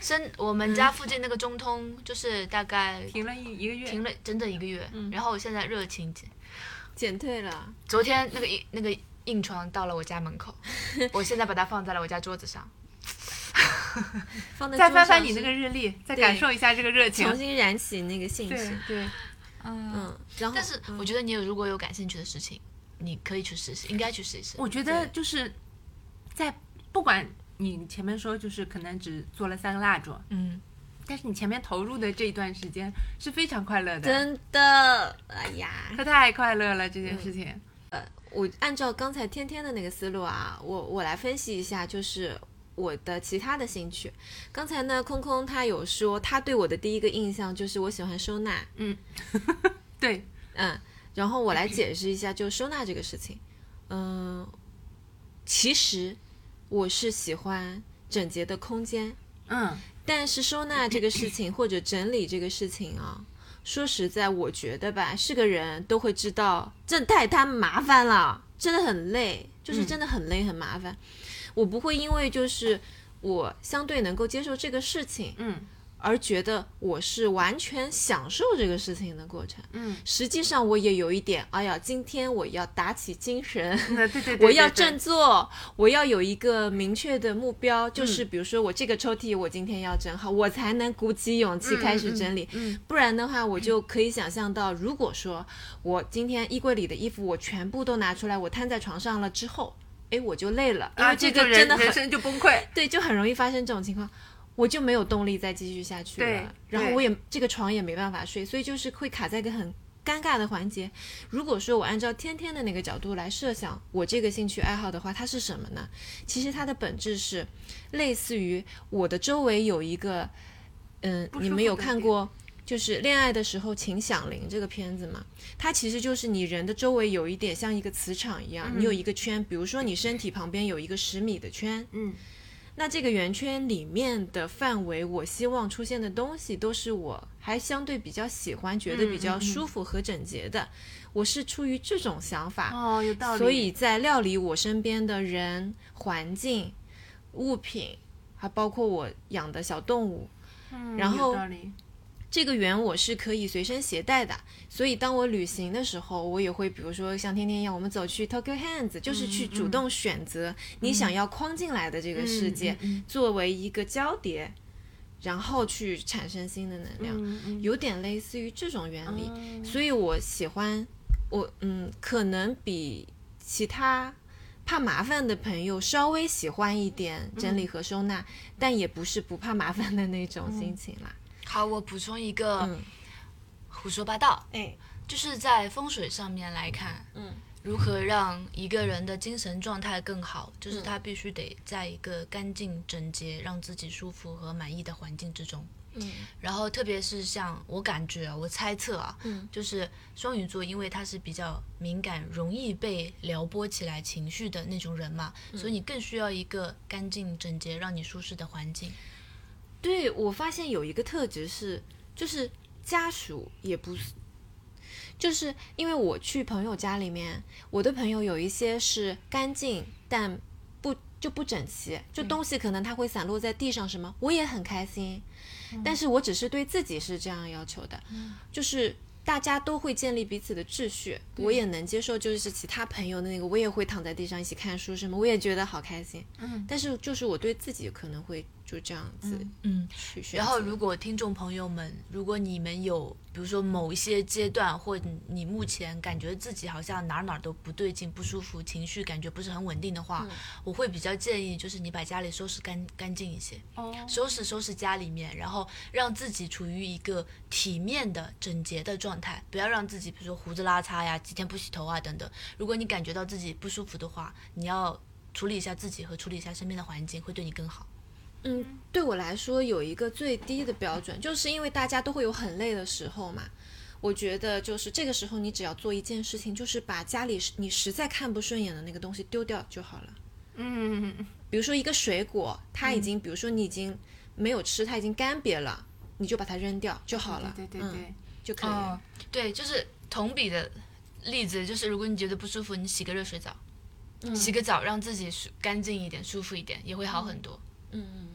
[SPEAKER 2] 深我们家附近那个中通就是大概
[SPEAKER 3] 停了一一个月。
[SPEAKER 2] 停了嗯整整一个月，然后我现在热情
[SPEAKER 1] 减退了，
[SPEAKER 2] 昨天那个一那个硬床到了我家门口，我现在把它放在了我家桌子上。
[SPEAKER 1] 放在
[SPEAKER 3] 再
[SPEAKER 1] 桌
[SPEAKER 3] 翻翻
[SPEAKER 1] 上
[SPEAKER 3] 你那
[SPEAKER 1] 是
[SPEAKER 3] 个日历，再
[SPEAKER 1] 对
[SPEAKER 3] 感受一下这个热情
[SPEAKER 1] 重。新燃起那个兴
[SPEAKER 3] 对
[SPEAKER 1] 趣。
[SPEAKER 3] 对，嗯，
[SPEAKER 1] 嗯，然后
[SPEAKER 2] 但是我觉得你有如果有感兴趣的事情，你可以去试试，应该去试一试。
[SPEAKER 3] 我觉得就是在不管你前面说就是可能只做了三个蜡烛，
[SPEAKER 2] 嗯，
[SPEAKER 3] 但是你前面投入的这一段时间是非常快乐的，
[SPEAKER 1] 真的，哎呀，
[SPEAKER 3] 可太快乐了这件事情。
[SPEAKER 1] 我按照刚才天天的那个思路啊，我我来分析一下，就是我的其他的兴趣。刚才呢，空空他有说，他对我的第一个印象就是我喜欢收纳，
[SPEAKER 3] 对，
[SPEAKER 1] 嗯，然后我来解释一下，就收纳这个事情。嗯，其实我是喜欢整洁的空间，
[SPEAKER 3] 嗯，
[SPEAKER 1] 但是收纳这个事情或者整理这个事情啊， [clears throat] 说实在，我觉得吧，是个人都会知道，这太他麻烦了，真的很累，
[SPEAKER 3] 嗯
[SPEAKER 1] 就是真的很累很麻烦。我不会因为就是我相对能够接受这个事情，
[SPEAKER 3] 嗯，
[SPEAKER 1] 而觉得我是完全享受这个事情的过程。
[SPEAKER 3] 嗯，
[SPEAKER 1] 实际上我也有一点，哎呀，今天我要打起精神。
[SPEAKER 3] 那对对对，
[SPEAKER 1] 我要
[SPEAKER 3] 对对
[SPEAKER 1] 振作，我要有一个明确的目标，
[SPEAKER 3] 嗯
[SPEAKER 1] 就是比如说我这个抽屉我今天要整好，我才能鼓起勇气开始整理。
[SPEAKER 3] 嗯嗯
[SPEAKER 1] 不然的话，我就可以想象到，如果说我今天衣柜里的衣服我全部都拿出来，我摊在床上了之后，哎，我就累了，因
[SPEAKER 3] 啊，
[SPEAKER 1] 为这
[SPEAKER 3] 就
[SPEAKER 1] 个
[SPEAKER 3] 人
[SPEAKER 1] 真的很
[SPEAKER 3] 人生就崩溃。
[SPEAKER 1] 对，就很容易发生这种情况，我就没有动力再继续下去
[SPEAKER 3] 对
[SPEAKER 1] 了。然后
[SPEAKER 3] 对
[SPEAKER 1] 我也这个床也没办法睡，所以就是会卡在一个很尴尬的环节。如果说我按照天天的那个角度来设想我这个兴趣爱好的话，它是什么呢？其实它的本质是类似于我的周围有一个，嗯
[SPEAKER 3] 不，舒
[SPEAKER 1] 你
[SPEAKER 3] 服
[SPEAKER 1] 们有
[SPEAKER 3] 的
[SPEAKER 1] 看
[SPEAKER 3] 点
[SPEAKER 1] 过？就是恋爱的时候，请响铃这个片子嘛，它其实就是你人的周围有一点像一个磁场一
[SPEAKER 3] 嗯
[SPEAKER 1] 样，你有一个圈，比如说你身体旁边有一个十米的圈，
[SPEAKER 3] 嗯
[SPEAKER 1] 那这个圆圈里面的范围，我希望出现的东西都是我还相对比较喜欢、觉得比较舒服和整洁的。我是出于这种想法，
[SPEAKER 3] 哦，有道理。
[SPEAKER 1] 所以在料理我身边的人、环境、物品，还包括我养的小动物，
[SPEAKER 3] 嗯，
[SPEAKER 1] 然后
[SPEAKER 3] 有道理
[SPEAKER 1] 这个圆我是可以随身携带的，所以当我旅行的时候，我也会，比如说像天天一样，我们走去 Tokyo Hands，就是去主动选择你想要框进来的这个世界，
[SPEAKER 3] 嗯
[SPEAKER 1] 作为一个交叠，然后去产生新的能量，
[SPEAKER 3] 嗯嗯
[SPEAKER 1] 有点类似于这种原理。所以我喜欢，我嗯，可能比其他怕麻烦的朋友稍微喜欢一点整理和收纳，但也不是不怕麻烦的那种心情啦。
[SPEAKER 2] 好，我补充一个、
[SPEAKER 1] 嗯
[SPEAKER 2] 胡说八道，
[SPEAKER 1] 哎，
[SPEAKER 2] 就是在风水上面来看，
[SPEAKER 1] 嗯。
[SPEAKER 2] 如何让一个人的精神状态更好，就是他必须得在一个干净、整洁、让自己舒服和满意的环境之中。
[SPEAKER 1] 嗯，
[SPEAKER 2] 然后特别是像我感觉啊，我猜测啊，
[SPEAKER 1] 嗯，
[SPEAKER 2] 就是双鱼座，因为他是比较敏感、容易被撩拨起来情绪的那种人嘛，所以你更需要一个干净、整洁、让你舒适的环境。
[SPEAKER 1] 对，我发现有一个特质是，就是家属也不是，就是因为我去朋友家里面，我的朋友有一些是干净，但不就不整齐，就东西可能它会散落在地上什么，我也很开心，但是我只是对自己是这样要求的，就是。大家都会建立彼此的秩序，我也能接受，就是其他朋友的那个，我也会躺在地上一起看书什么，我也觉得好开心。
[SPEAKER 3] 嗯，
[SPEAKER 1] 但是就是我对自己可能会就这样子，
[SPEAKER 2] 嗯，
[SPEAKER 1] 去选
[SPEAKER 2] 然后，
[SPEAKER 1] 择
[SPEAKER 2] 如果听众朋友们，如果你们有，比如说某一些阶段，或你你目前感觉自己好像哪儿哪儿都不对劲、不舒服，情绪感觉不是很稳定的话，我会比较建议，就是你把家里收拾干干净一些，
[SPEAKER 3] 哦，
[SPEAKER 2] 收拾收拾家里面，然后让自己处于一个体面的、整洁的状态，不要让自己比如说胡子拉碴呀、几天不洗头啊等等。如果你感觉到自己不舒服的话，你要处理一下自己和处理一下身边的环境，会对你更好。
[SPEAKER 1] 嗯，对我来说有一个最低的标准，就是因为大家都会有很累的时候嘛。我觉得就是这个时候，你只要做一件事情，就是把家里你实在看不顺眼的那个东西丢掉就好了。
[SPEAKER 3] 嗯嗯嗯
[SPEAKER 1] 比如说一个水果，它
[SPEAKER 3] 嗯
[SPEAKER 1] 已经，比如说你已经没有吃，它已经干瘪了，你就把它扔掉就好了，
[SPEAKER 3] 对对对
[SPEAKER 1] 嗯，
[SPEAKER 3] 对，
[SPEAKER 1] 就可以了。
[SPEAKER 2] 哦，对，就是同比的例子，就是如果你觉得不舒服，你洗个热水澡，洗个澡让自己舒干净一点、舒服一点，也会好很多。
[SPEAKER 1] 嗯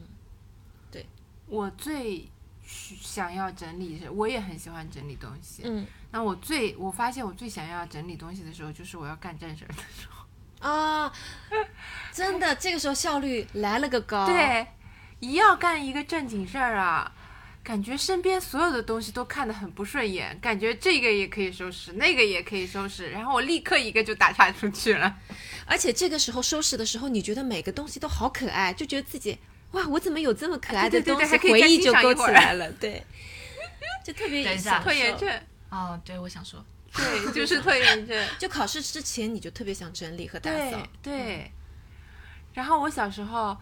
[SPEAKER 3] 我最需想要整理是，我也很喜欢整理东西。
[SPEAKER 1] 嗯， [laughs]
[SPEAKER 3] 那我最我发现我最想要整理东西的时候，就是我要干正事儿的时候。
[SPEAKER 1] 啊，真的，这个时候效率来了个高。，
[SPEAKER 3] 对，一要干一个正经事儿啊，感觉身边所有的东西都看得很不顺眼，感觉这个也可以收拾，那个也可以收拾，然后我立刻一个就打岔出去了。
[SPEAKER 1] 而且这个时候收拾的时候，你觉得每个东西都好可爱，就觉得自己哇，我怎么有这么可爱的
[SPEAKER 3] 对对对
[SPEAKER 1] 东西？
[SPEAKER 3] 还可以
[SPEAKER 1] 回
[SPEAKER 3] 再
[SPEAKER 1] 忆
[SPEAKER 3] 欣
[SPEAKER 1] 就
[SPEAKER 3] 赏一
[SPEAKER 1] 勾
[SPEAKER 3] 会
[SPEAKER 1] 起
[SPEAKER 3] 儿
[SPEAKER 1] 来了，
[SPEAKER 3] [laughs]
[SPEAKER 1] 对，就特别
[SPEAKER 2] 等一
[SPEAKER 1] 享
[SPEAKER 2] 下
[SPEAKER 1] 受
[SPEAKER 3] 拖
[SPEAKER 1] [laughs]
[SPEAKER 3] 延症，
[SPEAKER 2] 哦，对，我想说，
[SPEAKER 3] 对，就是拖延症。
[SPEAKER 1] 就考试之前，你就特别想整理和打
[SPEAKER 3] 对
[SPEAKER 1] 扫。嗯
[SPEAKER 3] 对。然后我小时候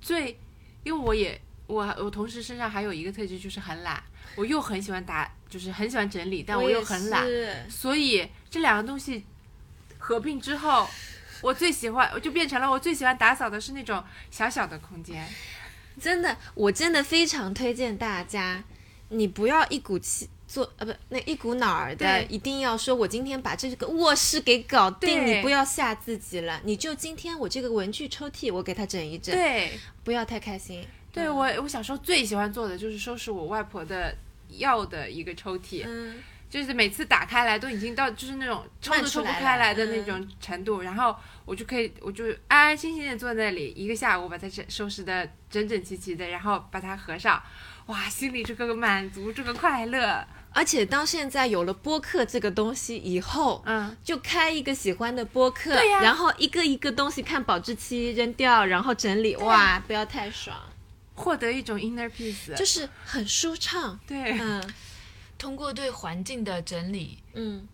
[SPEAKER 3] 最，因为我也我我同时身上还有一个特质就是很懒，我又很喜欢打，就是很喜欢整理，但我又很懒，
[SPEAKER 1] 也是
[SPEAKER 3] 所以这两个东西合并之后，我最喜欢我就变成了我最喜欢打扫的是那种小小的空间。
[SPEAKER 1] 真的，我真的非常推荐大家，你不要一股气做呃不那一股脑儿的，
[SPEAKER 3] 对
[SPEAKER 1] 一定要说我今天把这个卧室给搞定，
[SPEAKER 3] 对
[SPEAKER 1] 你不要吓自己了，你就今天我这个文具抽屉我给它整一整，
[SPEAKER 3] 对，
[SPEAKER 1] 不要太开心。
[SPEAKER 3] 对我我小时候最喜欢做的就是收拾我外婆的药的一个抽屉。
[SPEAKER 1] 嗯，
[SPEAKER 3] 就是每次打开来都已经到就是那种抽
[SPEAKER 1] 慢
[SPEAKER 3] 都
[SPEAKER 1] 出
[SPEAKER 3] 抽不
[SPEAKER 1] 来
[SPEAKER 3] 开
[SPEAKER 1] 了嗯
[SPEAKER 3] 来的那种程度，然后我就可以，我就安安心心的坐在那里一个下午，把它整收拾的整整齐齐的，然后把它合上，哇，心里这个满足，这个快乐，
[SPEAKER 1] 而且当现在有了播客这个东西以后，
[SPEAKER 3] 嗯，
[SPEAKER 1] 就开一个喜欢的播客，
[SPEAKER 3] 对呀
[SPEAKER 1] 然后一个一个东西看保质期扔掉，然后整理，哇，不要太爽，
[SPEAKER 3] 获得一种 inner peace，
[SPEAKER 1] 就是很舒
[SPEAKER 3] [laughs]
[SPEAKER 1] 畅。
[SPEAKER 3] 对，
[SPEAKER 1] 嗯
[SPEAKER 2] 通过对环境的整理，
[SPEAKER 1] 嗯，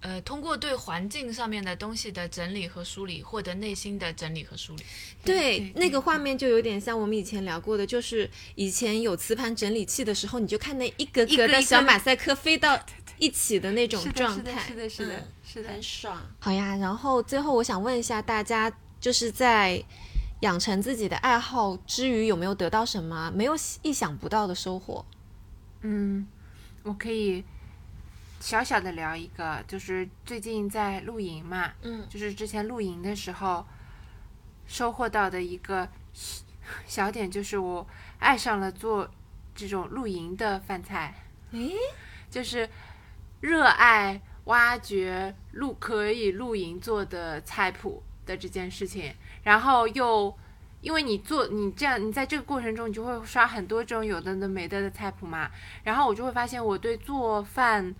[SPEAKER 2] 呃，通过对环境上面的东西的整理和梳理，获得内心的整理和梳理。
[SPEAKER 1] 对
[SPEAKER 3] 对，
[SPEAKER 1] 那个画面就有点像我们以前聊过的，就是以前有磁盘整理器的时候，你就看那一格
[SPEAKER 3] 一格
[SPEAKER 1] 格的
[SPEAKER 3] 一格
[SPEAKER 1] 小马赛克飞到一起的那种
[SPEAKER 3] 是的，
[SPEAKER 1] 状
[SPEAKER 3] 是的，
[SPEAKER 1] 态，
[SPEAKER 3] 是的，是的
[SPEAKER 1] 嗯，
[SPEAKER 3] 是的
[SPEAKER 1] 很，爽。好呀，然后最后我想问一下大家，就是在养成自己的爱好之余，有没有得到什么没有意想不到的收获？
[SPEAKER 3] 嗯，我可以小小的聊一个，就是最近在露营嘛，
[SPEAKER 1] 嗯
[SPEAKER 3] 就是之前露营的时候收获到的一个小 [laughs] 点，就是我爱上了做这种露营的饭菜，
[SPEAKER 1] 诶，
[SPEAKER 3] 就是热爱挖掘露可以露营做的菜谱的这件事情，然后又。因为你做你这样，你在这个过程中，你就会刷很多这种有的的没的的菜谱嘛，然后我就会发现我对做饭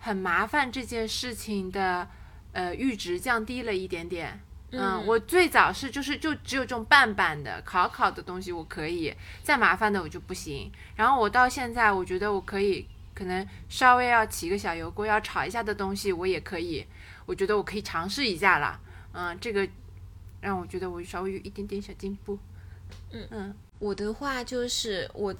[SPEAKER 3] 很麻烦这件事情的呃阈值降低了一点点。嗯，我最早是就是就只有这种拌拌的、烤烤的东西我可以，再麻烦的我就不行。然后我到现在，我觉得我可以，可能稍微要起个小油锅，要炒一下的东西我也可以，我觉得我可以尝试一下了。嗯，这个让我觉得我稍微有一点点小进步。
[SPEAKER 1] 嗯
[SPEAKER 3] 嗯
[SPEAKER 1] 我的话就是我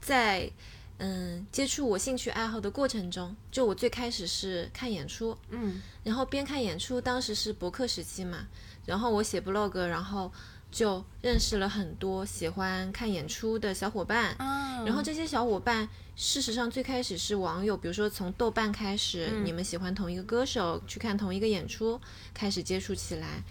[SPEAKER 1] 在嗯接触我兴趣爱好的过程中，就我最开始是看演出，
[SPEAKER 3] 嗯
[SPEAKER 1] 然后边看演出，当时是博客时期嘛，然后我写 blog，然后就认识了很多喜欢看演出的小伙伴。
[SPEAKER 3] 啊，
[SPEAKER 1] 然后这些小伙伴，事实上最开始是网友，比如说从豆瓣开始，
[SPEAKER 3] 嗯
[SPEAKER 1] 你们喜欢同一个歌手，去看同一个演出，开始接触起来，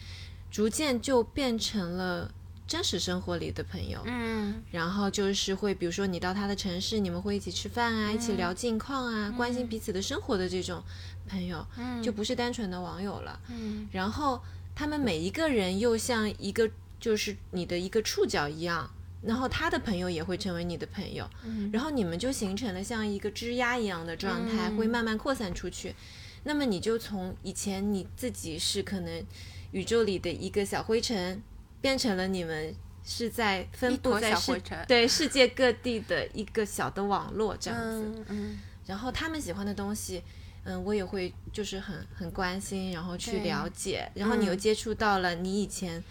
[SPEAKER 1] 逐渐就变成了真实生活里的朋友。
[SPEAKER 3] 嗯
[SPEAKER 1] 然后就是会，比如说你到他的城市，你们会一起吃饭啊，一
[SPEAKER 3] 嗯
[SPEAKER 1] 起聊近况啊，关心彼此的生活的这种朋友，
[SPEAKER 3] 嗯
[SPEAKER 1] 就不是单纯的网友了。
[SPEAKER 3] 嗯
[SPEAKER 1] 然后他们每一个人又像一个就是你的一个触角一样，然后他的朋友也会成为你的朋友，
[SPEAKER 3] 嗯
[SPEAKER 1] 然后你们就形成了像一个枝桠一样的状态，
[SPEAKER 3] 嗯
[SPEAKER 1] 会慢慢扩散出去。那么你就从以前你自己是可能宇宙里的一个小灰尘，变成了你们是在分
[SPEAKER 3] 一
[SPEAKER 1] 布
[SPEAKER 3] 坨
[SPEAKER 1] 在
[SPEAKER 3] 小
[SPEAKER 1] 世
[SPEAKER 3] 灰尘
[SPEAKER 1] 对世界各地的一个小的网络这样子。
[SPEAKER 3] 嗯嗯
[SPEAKER 1] 然后他们喜欢的东西，嗯，我也会就是很很关心，然后去
[SPEAKER 3] 对
[SPEAKER 1] 了解，然后你又
[SPEAKER 3] 嗯
[SPEAKER 1] 接触到了你以前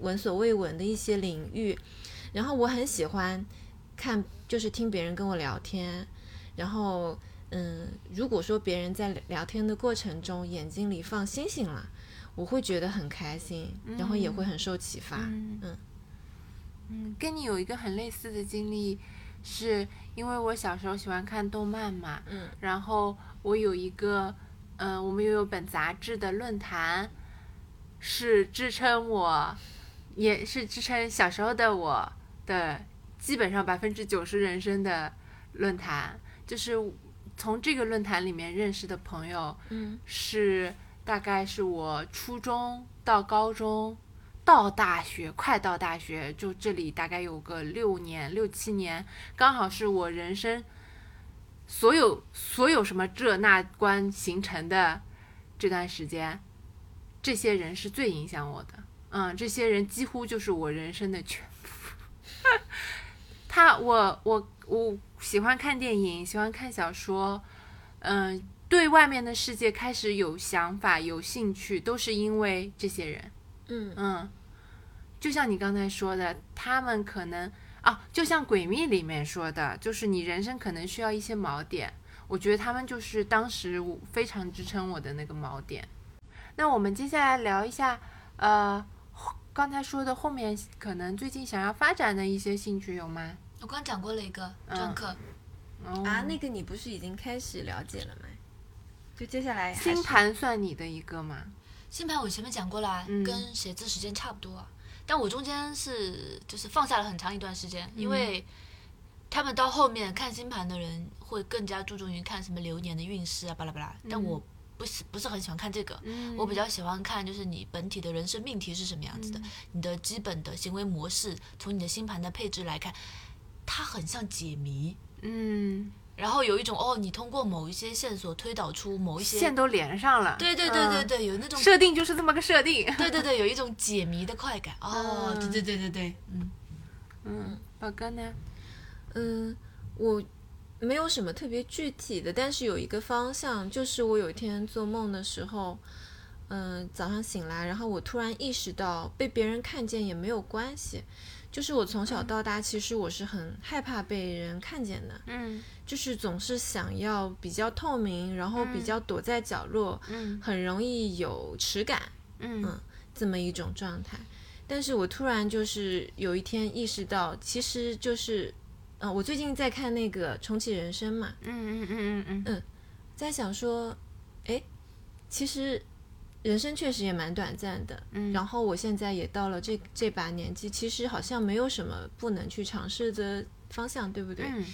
[SPEAKER 1] 闻所未闻的一些领域，然后我很喜欢看，就是听别人跟我聊天，然后嗯，如果说别人在聊天的过程中眼睛里放星星了。我会觉得很开心，然后也会很受启发。
[SPEAKER 3] 嗯
[SPEAKER 1] 嗯
[SPEAKER 3] 嗯，跟你有一个很类似的经历，是因为我小时候喜欢看动漫嘛，
[SPEAKER 1] 嗯
[SPEAKER 3] 然后我有一个，嗯、我们又有本杂志的论坛，是支撑我，也是支撑小时候的我的基本上百分之九十人生的论坛，就是从这个论坛里面认识的朋友，
[SPEAKER 1] 嗯
[SPEAKER 3] 是大概是我初中到高中到大学，快到大学，就这里大概有个六年六七年，刚好是我人生所有所有什么这那关形成的这段时间，这些人是最影响我的。嗯，这些人几乎就是我人生的全部。 [laughs] 他，我，我，我喜欢看电影，喜欢看小说，嗯，对外面的世界开始有想法、有兴趣，都是因为这些人。
[SPEAKER 1] 嗯
[SPEAKER 3] 嗯，就像你刚才说的，他们可能啊，就像《诡秘》里面说的，就是你人生可能需要一些锚点。我觉得他们就是当时我非常支撑我的那个锚点。那我们接下来聊一下，呃，后刚才说的后面可能最近想要发展的一些兴趣有吗？
[SPEAKER 2] 我刚讲过了一个
[SPEAKER 3] 嗯
[SPEAKER 2] 篆刻，
[SPEAKER 3] 哦
[SPEAKER 1] 啊，那个你不是已经开始了解了吗？就接下来还是
[SPEAKER 3] 嗯星盘算你的一个吗？
[SPEAKER 2] 星盘我前面讲过啦，
[SPEAKER 3] 嗯
[SPEAKER 2] 跟写字时间差不多啊。但我中间是就是放下了很长一段时间，因
[SPEAKER 3] 嗯
[SPEAKER 2] 为他们到后面看星盘的人会更加注重于看什么流年的运势啊，巴拉巴拉。但我不喜不是很喜欢看这个，
[SPEAKER 3] 嗯
[SPEAKER 2] 我比较喜欢看就是你本体的人生命题是什么样子的，你的基本的行为模式，从你的星盘的配置来看，它很像解谜。
[SPEAKER 3] 嗯，
[SPEAKER 2] 然后有一种哦，你通过某一些线索推导出某一些，
[SPEAKER 3] 线都连上了。
[SPEAKER 2] 对对对对
[SPEAKER 3] 嗯，
[SPEAKER 2] 对，有那种
[SPEAKER 3] 设定就是这么个设定。
[SPEAKER 2] 对对对，有一种解谜的快感。哦，
[SPEAKER 3] 嗯
[SPEAKER 2] 对对对对对，嗯，
[SPEAKER 3] 嗯，宝哥呢？
[SPEAKER 1] 嗯，我没有什么特别具体的，但是有一个方向，就是我有一天做梦的时候，嗯，早上醒来，然后我突然意识到被别人看见也没有关系，就是我从小到大，其实我是很害怕被人看见的，
[SPEAKER 3] 嗯
[SPEAKER 1] 就是总是想要比较透明，然后比较躲在角落，
[SPEAKER 3] 嗯
[SPEAKER 1] 很容易有耻感，
[SPEAKER 3] 嗯
[SPEAKER 1] 这么一种状态。但是我突然就是有一天意识到，其实就是，呃，我最近在看那个《重启人生》嘛，
[SPEAKER 3] 嗯嗯嗯嗯嗯
[SPEAKER 1] 在想说，哎，其实人生确实也蛮短暂的。
[SPEAKER 3] 嗯
[SPEAKER 1] 然后我现在也到了这这把年纪，其实好像没有什么不能去尝试的方向，对不对？
[SPEAKER 3] 嗯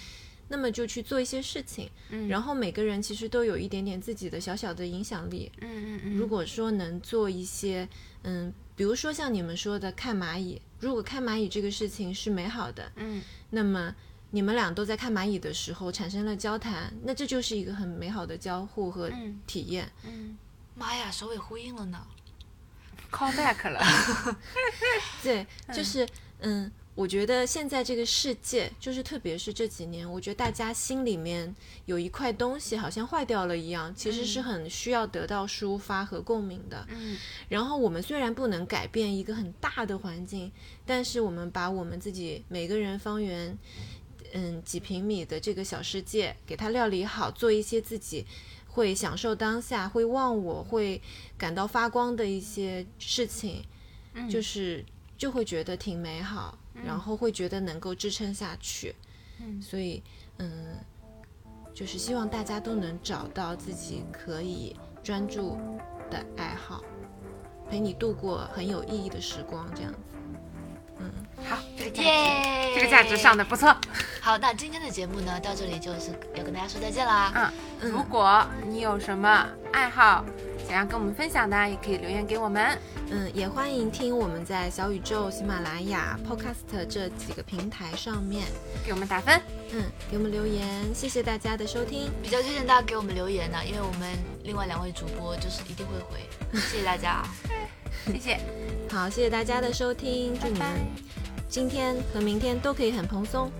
[SPEAKER 1] 那么就去做一些事情。
[SPEAKER 3] 嗯
[SPEAKER 1] 然后每个人其实都有一点点自己的小小的影响力，
[SPEAKER 3] 嗯嗯，
[SPEAKER 1] 如果说能做一些，嗯，比如说像你们说的看蚂蚁，如果看蚂蚁这个事情是美好的，
[SPEAKER 3] 嗯
[SPEAKER 1] 那么你们俩都在看蚂蚁的时候产生了交谈，那这就是一个很美好的交互和
[SPEAKER 3] 嗯
[SPEAKER 1] 体验。
[SPEAKER 3] 嗯
[SPEAKER 2] 妈呀，首尾呼应了呢。
[SPEAKER 3] call back 了，
[SPEAKER 1] 对，就是嗯。我觉得现在这个世界，就是特别是这几年，我觉得大家心里面有一块东西好像坏掉了一样，其实是很需要得到抒发和共鸣的。
[SPEAKER 3] 嗯
[SPEAKER 1] 然后我们虽然不能改变一个很大的环境，但是我们把我们自己每个人方圆，嗯几平米的这个小世界给它料理好，做一些自己会享受当下、会忘我、会感到发光的一些事情，
[SPEAKER 3] 嗯
[SPEAKER 1] 就是就会觉得挺美好，然后会觉得能够支撑下去。
[SPEAKER 3] 嗯
[SPEAKER 1] 所以，嗯，就是希望大家都能找到自己可以专注的爱好，陪你度过很有意义的时光，这样子。
[SPEAKER 3] 好，这个价值，
[SPEAKER 2] 耶！
[SPEAKER 3] 这个价值上的不错。
[SPEAKER 2] 好，那今天的节目呢，到这里就是要跟大家说再见啦。
[SPEAKER 3] 嗯，如果你有什么爱好想要跟我们分享的，也可以留言给我们。
[SPEAKER 1] 嗯，也欢迎听我们在小宇宙、喜马拉雅、Podcast 这几个平台上面，
[SPEAKER 3] 给我们打分，
[SPEAKER 1] 嗯，给我们留言，谢谢大家的收听。
[SPEAKER 2] 比较推荐大家给我们留言啊呢，因为我们另外两位主播就是一定会回，谢谢大家啊。
[SPEAKER 3] 谢谢，
[SPEAKER 1] 好，谢谢大家的收听，祝你们
[SPEAKER 3] 拜拜
[SPEAKER 1] 今天和明天都可以很蓬松，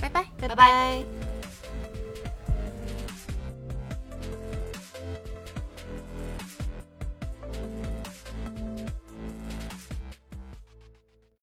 [SPEAKER 3] 拜拜。
[SPEAKER 1] 拜
[SPEAKER 2] 拜
[SPEAKER 1] 拜